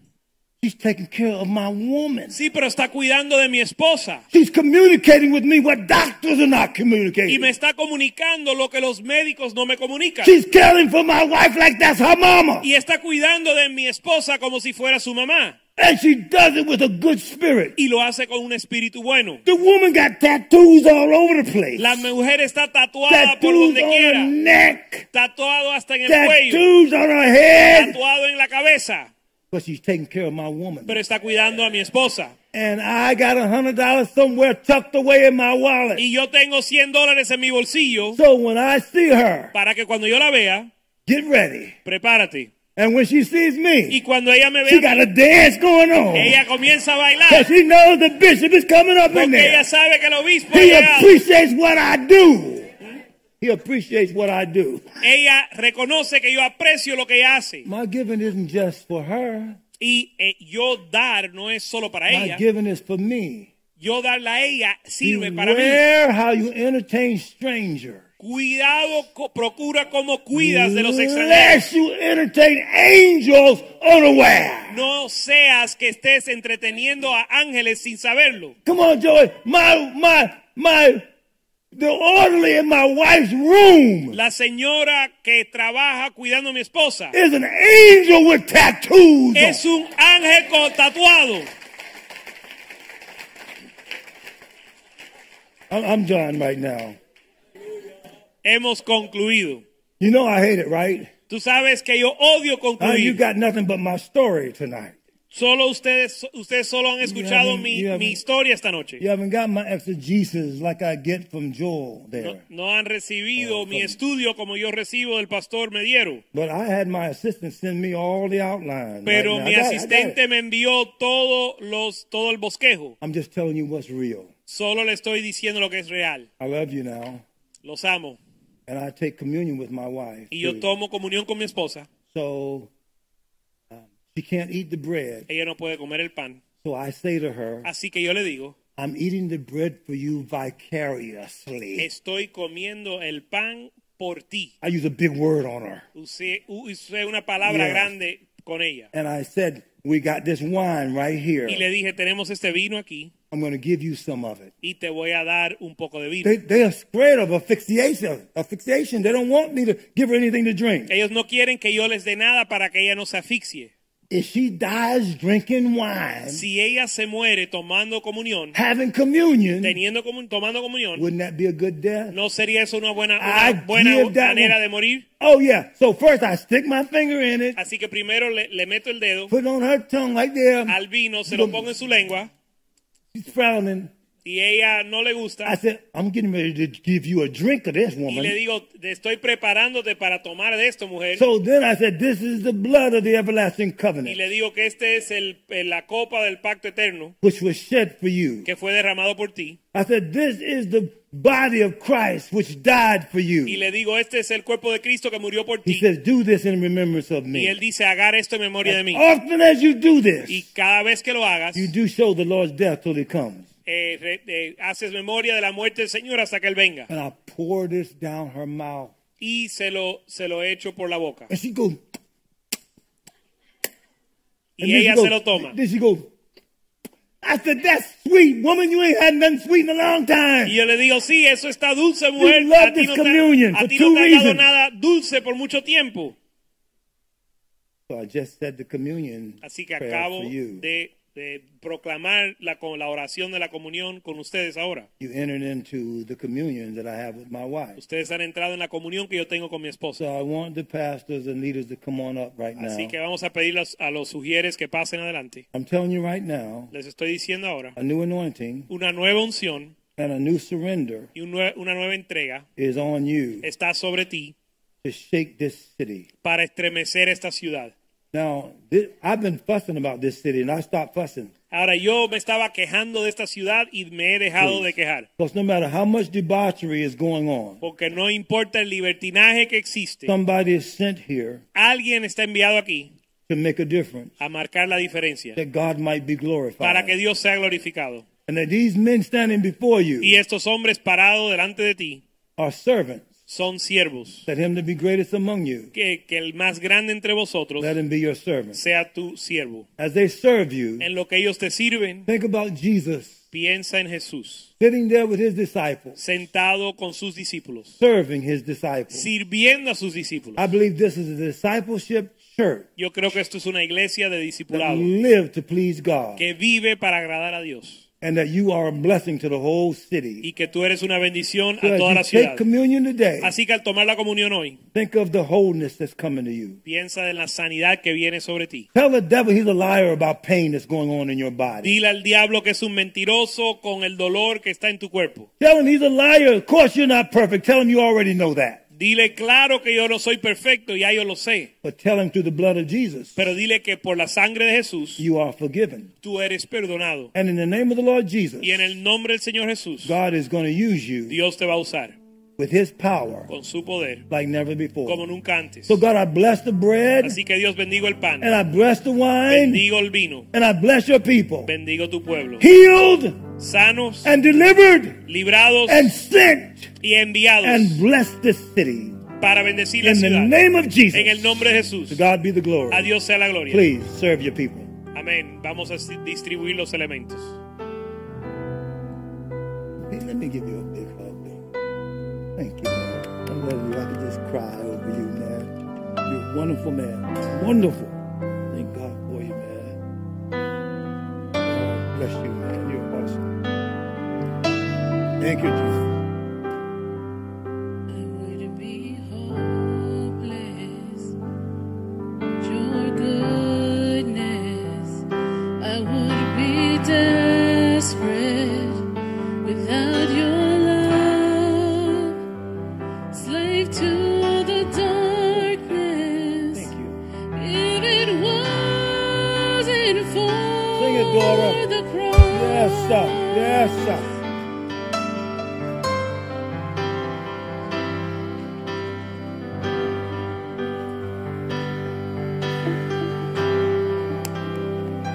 [SPEAKER 2] She's taking care of my woman.
[SPEAKER 3] Sí, pero está cuidando de mi esposa.
[SPEAKER 2] She's communicating with me what doctors are not
[SPEAKER 3] Y me
[SPEAKER 2] communicating.
[SPEAKER 3] está comunicando lo que los médicos no me comunican.
[SPEAKER 2] She's caring for my wife like that's her mama.
[SPEAKER 3] Y está cuidando de mi esposa como si fuera su mamá.
[SPEAKER 2] And she does it with a good spirit.
[SPEAKER 3] Y lo hace con un espíritu bueno.
[SPEAKER 2] The woman got tattoos all over the place.
[SPEAKER 3] La mujer está tatuada por
[SPEAKER 2] tattoos
[SPEAKER 3] donde
[SPEAKER 2] on her
[SPEAKER 3] quiera.
[SPEAKER 2] neck,
[SPEAKER 3] Tatuado hasta en el cuello.
[SPEAKER 2] tattoos on her head.
[SPEAKER 3] Tatuado en la cabeza.
[SPEAKER 2] But she's taking care of my woman.
[SPEAKER 3] Pero está cuidando a mi esposa.
[SPEAKER 2] And I got a hundred dollars somewhere tucked away in my wallet.
[SPEAKER 3] Y yo tengo 100 dólares en mi bolsillo
[SPEAKER 2] So when I see her,
[SPEAKER 3] para que cuando yo la vea,
[SPEAKER 2] get ready.
[SPEAKER 3] prepárate.
[SPEAKER 2] And when she sees
[SPEAKER 3] Y
[SPEAKER 2] me,
[SPEAKER 3] cuando ella me
[SPEAKER 2] she
[SPEAKER 3] vea,
[SPEAKER 2] got a dance going on.
[SPEAKER 3] ella comienza a
[SPEAKER 2] Because
[SPEAKER 3] bailar.
[SPEAKER 2] she knows the bishop is coming up in
[SPEAKER 3] Porque
[SPEAKER 2] there.
[SPEAKER 3] ella sabe que el obispo ha
[SPEAKER 2] He
[SPEAKER 3] llegado.
[SPEAKER 2] appreciates what I do. He appreciates what I do.
[SPEAKER 3] Ella reconoce que yo aprecio lo que ella hace.
[SPEAKER 2] My giving isn't just for her.
[SPEAKER 3] Y eh, yo dar no es solo para
[SPEAKER 2] My
[SPEAKER 3] ella.
[SPEAKER 2] giving is for me.
[SPEAKER 3] yo darla a ella sirve para mí.
[SPEAKER 2] Beware how you entertain strangers.
[SPEAKER 3] Cuidado, co- procura cómo cuidas de los extranjeros.
[SPEAKER 2] Lest you entertain angels unaware.
[SPEAKER 3] No seas que estés entreteniendo a ángeles sin saberlo.
[SPEAKER 2] Come on, Joey. My, my, my, the orderly in my wife's room
[SPEAKER 3] La señora que trabaja cuidando a mi esposa
[SPEAKER 2] is an angel with tattoos. on.
[SPEAKER 3] es un ángel con tatuado.
[SPEAKER 2] I'm, I'm done right now.
[SPEAKER 3] Hemos concluido.
[SPEAKER 2] You know I hate it, right?
[SPEAKER 3] Tú sabes que yo odio
[SPEAKER 2] Uh, you
[SPEAKER 3] concluir.
[SPEAKER 2] got nothing but my story tonight.
[SPEAKER 3] Solo ustedes, ustedes solo han escuchado
[SPEAKER 2] haven't-
[SPEAKER 3] mi,
[SPEAKER 2] you haven't-
[SPEAKER 3] mi historia esta noche.
[SPEAKER 2] You haven't got my exegesis like I get from Joel there.
[SPEAKER 3] No, no han recibido
[SPEAKER 2] Oh,
[SPEAKER 3] mi
[SPEAKER 2] come-
[SPEAKER 3] estudio como yo recibo del pastor Mediero.
[SPEAKER 2] But I had my assistant send me all the outlines.
[SPEAKER 3] Pero
[SPEAKER 2] right now.
[SPEAKER 3] mi
[SPEAKER 2] I got it, I got it.
[SPEAKER 3] asistente me envió todos los, todo el bosquejo.
[SPEAKER 2] I'm just telling you what's real.
[SPEAKER 3] Solo le estoy diciendo lo que es real.
[SPEAKER 2] I love you now,
[SPEAKER 3] Los amo.
[SPEAKER 2] and I take communion with my wife.
[SPEAKER 3] Y yo
[SPEAKER 2] too.
[SPEAKER 3] tomo comunión con mi esposa.
[SPEAKER 2] So um, she can't eat the bread.
[SPEAKER 3] Ella no puede comer el pan.
[SPEAKER 2] So I say to her,
[SPEAKER 3] Así que yo le digo,
[SPEAKER 2] I'm eating the bread for you vicariously.
[SPEAKER 3] estoy comiendo el pan por ti.
[SPEAKER 2] I use a big word on her.
[SPEAKER 3] Usé, usé una palabra
[SPEAKER 2] Yes.
[SPEAKER 3] grande con ella.
[SPEAKER 2] And I said, We got this wine right here.
[SPEAKER 3] Y le dije, tenemos este vino aquí
[SPEAKER 2] I'm going to give you some of it.
[SPEAKER 3] y te voy a dar un poco de vino.
[SPEAKER 2] They, they are scared of asphyxiation. Asphyxiation. They don't want me to give her anything to drink.
[SPEAKER 3] Ellos no quieren que yo les dé nada para que ella no se asfixie.
[SPEAKER 2] If she dies drinking wine,
[SPEAKER 3] Si ella se muere tomando comunión,
[SPEAKER 2] having communion,
[SPEAKER 3] teniendo comun- tomando comunión,
[SPEAKER 2] wouldn't that be a good death?
[SPEAKER 3] ¿no sería eso una buena,
[SPEAKER 2] I
[SPEAKER 3] una buena
[SPEAKER 2] give that
[SPEAKER 3] manera
[SPEAKER 2] one-
[SPEAKER 3] de morir?
[SPEAKER 2] Oh yeah. So first I stick my finger in it,
[SPEAKER 3] Así que primero le, le meto el dedo
[SPEAKER 2] put it on her tongue right there.
[SPEAKER 3] al vino, se lo pongo en su lengua
[SPEAKER 2] She's frowning.
[SPEAKER 3] y ella no le
[SPEAKER 2] I
[SPEAKER 3] gusta
[SPEAKER 2] said, I'm getting ready to give you a drink of this
[SPEAKER 3] y le
[SPEAKER 2] woman.
[SPEAKER 3] digo, te estoy preparándote para tomar de esto, mujer.
[SPEAKER 2] So then I said, This is the blood of the everlasting
[SPEAKER 3] Y
[SPEAKER 2] covenant,
[SPEAKER 3] le digo que este es el, la copa del pacto eterno
[SPEAKER 2] which was shed for you.
[SPEAKER 3] que fue derramado por ti.
[SPEAKER 2] I said, This is the body of Christ which died for
[SPEAKER 3] Y
[SPEAKER 2] you.
[SPEAKER 3] le digo, este es el cuerpo de Cristo que murió por
[SPEAKER 2] He
[SPEAKER 3] ti.
[SPEAKER 2] says, Do this in remembrance of
[SPEAKER 3] Y él
[SPEAKER 2] me.
[SPEAKER 3] dice, agar esto en memoria de mí.
[SPEAKER 2] Often as you do
[SPEAKER 3] Y
[SPEAKER 2] this,
[SPEAKER 3] cada vez que lo hagas,
[SPEAKER 2] you do show the Lord's death till he comes.
[SPEAKER 3] eh, re- eh, haces memoria de la muerte del Señor hasta que Él venga.
[SPEAKER 2] And I pour this down her mouth.
[SPEAKER 3] Y se lo, se lo echo por la boca.
[SPEAKER 2] And she goes,
[SPEAKER 3] Y
[SPEAKER 2] then
[SPEAKER 3] ella
[SPEAKER 2] she
[SPEAKER 3] se
[SPEAKER 2] go-
[SPEAKER 3] lo toma.
[SPEAKER 2] Then she goes, I said, that's sweet. Woman, you ain't had nothing sweet in a long time.
[SPEAKER 3] Y yo le digo, sí, eso está dulce, mujer.
[SPEAKER 2] love
[SPEAKER 3] A ti
[SPEAKER 2] this
[SPEAKER 3] no te,
[SPEAKER 2] communion
[SPEAKER 3] a
[SPEAKER 2] for
[SPEAKER 3] ti
[SPEAKER 2] two
[SPEAKER 3] no te ha dado
[SPEAKER 2] reasons.
[SPEAKER 3] nada dulce por mucho tiempo.
[SPEAKER 2] So I just said the communion
[SPEAKER 3] Así que
[SPEAKER 2] prayer
[SPEAKER 3] acabo
[SPEAKER 2] for you.
[SPEAKER 3] de, de proclamar la, con la oración de la comunión con ustedes ahora.
[SPEAKER 2] You entered into the communion that I have with my wife.
[SPEAKER 3] Ustedes han entrado en la comunión que yo tengo con mi esposa.
[SPEAKER 2] So I want the pastors and leaders to come on up right now.
[SPEAKER 3] Así que vamos a pedirle a los- a los sugieres que pasen adelante.
[SPEAKER 2] I'm telling you right now,
[SPEAKER 3] Les estoy diciendo ahora,
[SPEAKER 2] a new anointing
[SPEAKER 3] una nueva unción
[SPEAKER 2] and a new surrender
[SPEAKER 3] y un nue- una nueva entrega
[SPEAKER 2] is on you
[SPEAKER 3] está sobre ti
[SPEAKER 2] to shake this city.
[SPEAKER 3] para estremecer esta ciudad.
[SPEAKER 2] Now, thi- I've been fussing about this city, and I stopped fussing.
[SPEAKER 3] Ahora yo me estaba quejando de esta ciudad y me he dejado de quejar,
[SPEAKER 2] Because no matter how much debauchery is going on,
[SPEAKER 3] porque no importa el libertinaje que existe,
[SPEAKER 2] somebody is sent here
[SPEAKER 3] alguien está enviado aquí
[SPEAKER 2] to make a difference,
[SPEAKER 3] a marcar la diferencia
[SPEAKER 2] that God might be glorified.
[SPEAKER 3] para que Dios sea glorificado.
[SPEAKER 2] and that these men standing before
[SPEAKER 3] Y
[SPEAKER 2] you
[SPEAKER 3] estos hombres parados delante de ti
[SPEAKER 2] are servants.
[SPEAKER 3] son siervos,
[SPEAKER 2] Let him that be greatest among you,
[SPEAKER 3] que, que el más grande entre vosotros
[SPEAKER 2] let him be your servant.
[SPEAKER 3] sea tu siervo.
[SPEAKER 2] As they serve you,
[SPEAKER 3] En lo que ellos te sirven,
[SPEAKER 2] think about Jesus
[SPEAKER 3] piensa en Jesús,
[SPEAKER 2] sitting there with his disciples,
[SPEAKER 3] sentado con sus discípulos,
[SPEAKER 2] serving his disciples.
[SPEAKER 3] sirviendo a sus discípulos.
[SPEAKER 2] I believe this is a discipleship church
[SPEAKER 3] Yo creo que esto es una iglesia de
[SPEAKER 2] that
[SPEAKER 3] discipulado
[SPEAKER 2] live to please God,
[SPEAKER 3] que vive para agradar a Dios
[SPEAKER 2] and that you are a blessing to the whole city.
[SPEAKER 3] y que tú eres una bendición
[SPEAKER 2] So
[SPEAKER 3] a
[SPEAKER 2] as
[SPEAKER 3] toda la
[SPEAKER 2] you
[SPEAKER 3] ciudad.
[SPEAKER 2] take communion today,
[SPEAKER 3] Así que al tomar la comunión hoy,
[SPEAKER 2] think of the wholeness that's coming to you.
[SPEAKER 3] piensa en la sanidad que viene sobre ti.
[SPEAKER 2] Tell the devil he's a liar about pain that's going on in your body.
[SPEAKER 3] Dile al diablo que es un mentiroso con el dolor que está en tu cuerpo.
[SPEAKER 2] Tell him he's a liar. Of course you're not perfect. Tell him you already know that.
[SPEAKER 3] Dile claro que yo no soy perfecto, ya yo lo sé.
[SPEAKER 2] But tell him through the blood of Jesus,
[SPEAKER 3] Pero dile que por la sangre de Jesús
[SPEAKER 2] you are forgiven.
[SPEAKER 3] tú eres perdonado.
[SPEAKER 2] And in the name of the Lord Jesus,
[SPEAKER 3] Y en el nombre del Señor Jesús,
[SPEAKER 2] God is going to use you
[SPEAKER 3] Dios te va a usar
[SPEAKER 2] with his power
[SPEAKER 3] con su poder
[SPEAKER 2] like never
[SPEAKER 3] como
[SPEAKER 2] before.
[SPEAKER 3] nunca antes.
[SPEAKER 2] So God, I bless the bread
[SPEAKER 3] Así que Dios bendigo el pan,
[SPEAKER 2] and I bless the wine
[SPEAKER 3] bendigo el vino,
[SPEAKER 2] and I bless your people.
[SPEAKER 3] bendigo tu pueblo.
[SPEAKER 2] Healed,
[SPEAKER 3] sanos,
[SPEAKER 2] and delivered
[SPEAKER 3] librados
[SPEAKER 2] and sent
[SPEAKER 3] y enviados
[SPEAKER 2] and blessed this city.
[SPEAKER 3] para bendecir la
[SPEAKER 2] In the
[SPEAKER 3] ciudad.
[SPEAKER 2] name of
[SPEAKER 3] En el
[SPEAKER 2] Jesus,
[SPEAKER 3] nombre de Jesús.
[SPEAKER 2] to God be the
[SPEAKER 3] A
[SPEAKER 2] glory.
[SPEAKER 3] Dios sea la gloria.
[SPEAKER 2] Please serve your people.
[SPEAKER 3] Amén. Vamos a distribuir los elementos.
[SPEAKER 2] Hey, let me give you a big hug. man. Thank you, man. I love you. I could just cry over you, man. You're a wonderful man. Wonderful. Thank God for you, man. God bless you, man. You're awesome. Thank you, Jesus.
[SPEAKER 4] would be hopeless. Your goodness, I would be desperate without your love. Slave to the darkness.
[SPEAKER 2] Thank you.
[SPEAKER 4] If it wasn't
[SPEAKER 2] Sing it, Dora.
[SPEAKER 4] for the cross.
[SPEAKER 2] Yes, sir. Yes, sir.
[SPEAKER 4] You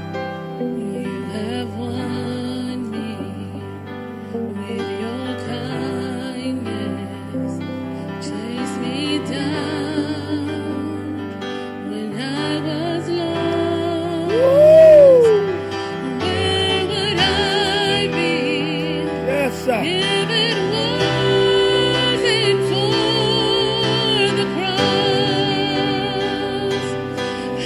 [SPEAKER 4] have won me with your kindness. Chase me down when I was lost. Where would I be
[SPEAKER 2] Yes, sir.
[SPEAKER 4] if it wasn't for the cross?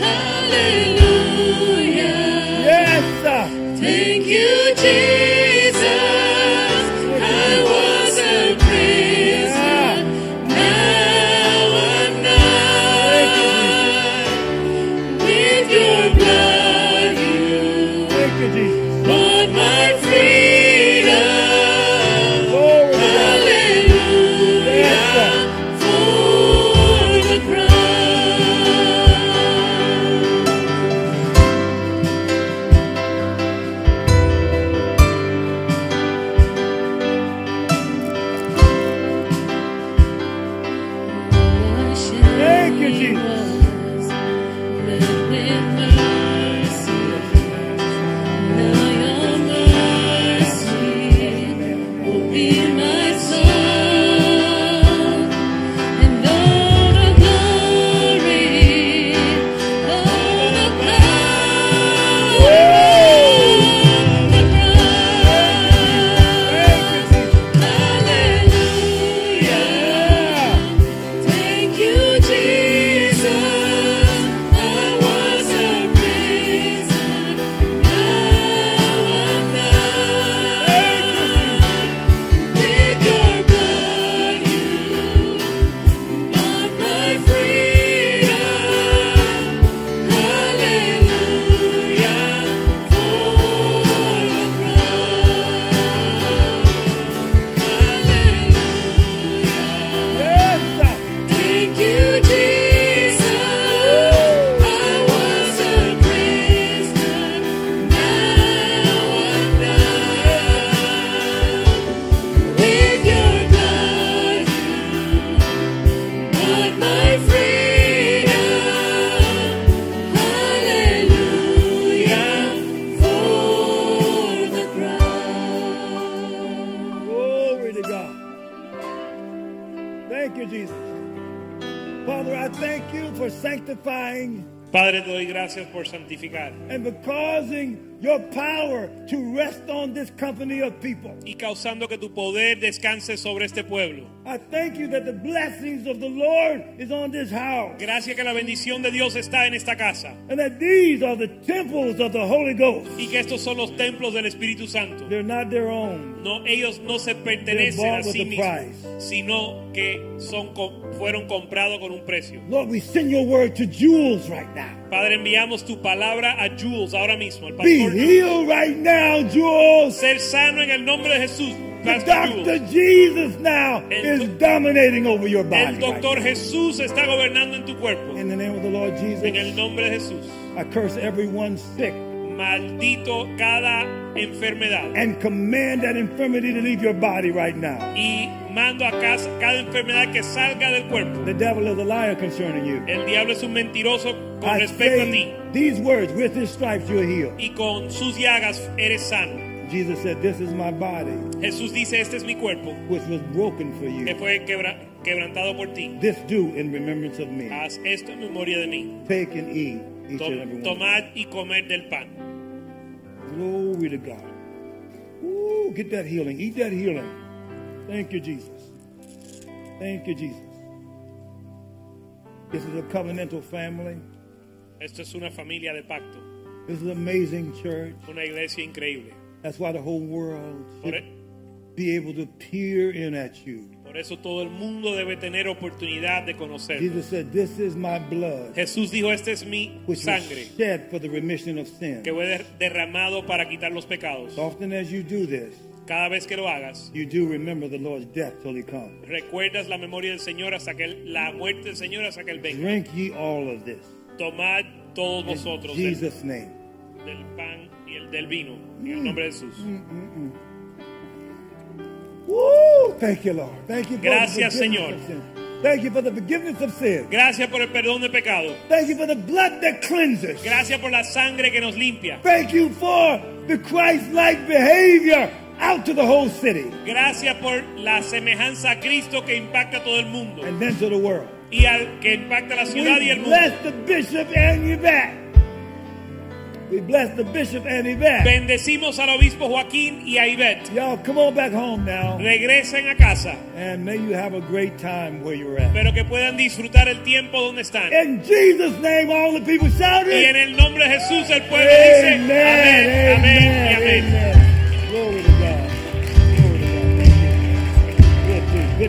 [SPEAKER 4] Hallelujah.
[SPEAKER 2] Yes, sir.
[SPEAKER 4] Thank you, Jesus. I was a prisoner. Now I'm not. With your blood, you
[SPEAKER 2] Thank you, Jesus.
[SPEAKER 4] bought my freedom.
[SPEAKER 2] Glory to God.
[SPEAKER 4] Hallelujah for the cross.
[SPEAKER 2] Thank you,
[SPEAKER 4] Jesus.
[SPEAKER 2] Thank you, Jesus.
[SPEAKER 4] Hallelujah. Thank you, Jesus. I was a prisoner. Now I'm With your blood, you bought my freedom. Hallelujah for Hallelujah.
[SPEAKER 2] Yes, sir.
[SPEAKER 4] Thank you, Jesus. I was a prisoner. Now I'm not. With your blood, you bought my freedom. Hallelujah for the cross.
[SPEAKER 2] Glory to God. Thank you, Jesus. Father, I thank you for sanctifying
[SPEAKER 3] Padre, te doy gracias por santificar
[SPEAKER 2] and for causing your power to rest on this company of people.
[SPEAKER 3] y causando que tu poder descanse sobre este pueblo.
[SPEAKER 2] I thank you that the blessings of the Lord is on this house
[SPEAKER 3] Gracias que la bendición de Dios está en esta casa
[SPEAKER 2] and that these are the temples of the Holy Ghost.
[SPEAKER 3] y que estos son los templos del Espíritu Santo.
[SPEAKER 2] They're not their own.
[SPEAKER 3] No, ellos no se pertenecen a
[SPEAKER 2] They're bought
[SPEAKER 3] sí
[SPEAKER 2] with a price.
[SPEAKER 3] mismos, sino que son co- fueron comprados con un precio.
[SPEAKER 2] Lord, we send your word to Jules right now.
[SPEAKER 3] Padre, enviamos tu palabra a Jules ahora mismo, al
[SPEAKER 2] Be
[SPEAKER 3] pastor Jules.
[SPEAKER 2] healed right now, Jules.
[SPEAKER 3] Ser sano en el nombre de Jesús,
[SPEAKER 2] The
[SPEAKER 3] Pastor Jules.
[SPEAKER 2] Dr. Jesus now
[SPEAKER 3] El-
[SPEAKER 2] is dominating over your body.
[SPEAKER 3] El
[SPEAKER 2] right
[SPEAKER 3] doctor Jesús está gobernando en tu cuerpo.
[SPEAKER 2] now. In the name of the Lord
[SPEAKER 3] En el
[SPEAKER 2] Jesus,
[SPEAKER 3] nombre de Jesús.
[SPEAKER 2] I curse everyone sick
[SPEAKER 3] Maldito cada enfermedad.
[SPEAKER 2] and command that infirmity to leave your body right now.
[SPEAKER 3] Y mando a casa cada enfermedad que salga del cuerpo.
[SPEAKER 2] The devil is a liar concerning you.
[SPEAKER 3] El diablo es un mentiroso con
[SPEAKER 2] I
[SPEAKER 3] respecto a ti.
[SPEAKER 2] say these words with his stripes you're healed.
[SPEAKER 3] Y con sus llagas eres sano.
[SPEAKER 2] Jesus said, This is my body,
[SPEAKER 3] Jesús dice, este es mi cuerpo
[SPEAKER 2] which was broken for
[SPEAKER 3] que
[SPEAKER 2] you.
[SPEAKER 3] fue quebra- quebrantado por ti.
[SPEAKER 2] This do in remembrance of me.
[SPEAKER 3] Haz esto en memoria de mí.
[SPEAKER 2] Take and eat each
[SPEAKER 3] To-
[SPEAKER 2] and every one. of
[SPEAKER 3] Tomad y comer del pan.
[SPEAKER 2] you. Glory to God. Ooh, get that healing. Eat that healing. Thank you, Jesus. Thank you, Jesus. This is a covenantal family.
[SPEAKER 3] Esto es una familia de pacto,
[SPEAKER 2] This is an amazing church.
[SPEAKER 3] una iglesia increíble.
[SPEAKER 2] That's why the whole world
[SPEAKER 3] Por,
[SPEAKER 2] should
[SPEAKER 3] e-
[SPEAKER 2] be able to peer in at you.
[SPEAKER 3] por eso todo el mundo debe tener oportunidad de conocer.
[SPEAKER 2] Jesus said, This is my blood,
[SPEAKER 3] Jesús dijo, este es mi
[SPEAKER 2] which
[SPEAKER 3] sangre
[SPEAKER 2] was shed for the remission of sin.
[SPEAKER 3] que fue der- derramado para quitar los pecados.
[SPEAKER 2] As often as you do this,
[SPEAKER 3] Cada vez que lo hagas,
[SPEAKER 2] you do remember the Lord's death till he comes.
[SPEAKER 3] recuerdas la memoria del Señor hasta que él- la muerte del Señor hasta que él venga.
[SPEAKER 2] Drink ye all of this.
[SPEAKER 3] Tomad todos
[SPEAKER 2] In
[SPEAKER 3] vosotros del,
[SPEAKER 2] Jesus' Mm. name.
[SPEAKER 3] del pan y el del vino en el nombre de Jesús.
[SPEAKER 2] Woo! Thank you, Lord. Thank you for
[SPEAKER 3] Gracias,
[SPEAKER 2] the forgiveness
[SPEAKER 3] Señor.
[SPEAKER 2] of sin. Thank you for the forgiveness of sin.
[SPEAKER 3] Gracias por el perdón de pecado.
[SPEAKER 2] Thank you for the blood that cleanses.
[SPEAKER 3] Gracias por la sangre que nos limpia.
[SPEAKER 2] Thank you for the Christ-like behavior out to the whole city
[SPEAKER 3] Gracias por la semejanza a Cristo que impacta a todo el mundo
[SPEAKER 2] and then to the world.
[SPEAKER 3] y al que impacta a la
[SPEAKER 2] We
[SPEAKER 3] ciudad y el mundo.
[SPEAKER 2] bless the bishop and Yvette. We bless the bishop and Yvette.
[SPEAKER 3] Bendecimos al obispo Joaquín y a Ivette.
[SPEAKER 2] Y'all come on back home now.
[SPEAKER 3] Regresen a casa,
[SPEAKER 2] And may you have a great time where you're at.
[SPEAKER 3] pero que puedan disfrutar el tiempo donde están.
[SPEAKER 2] In Jesus' name, all the people
[SPEAKER 3] Y en
[SPEAKER 2] shouted.
[SPEAKER 3] el nombre de Jesús el pueblo dice,
[SPEAKER 2] Amen.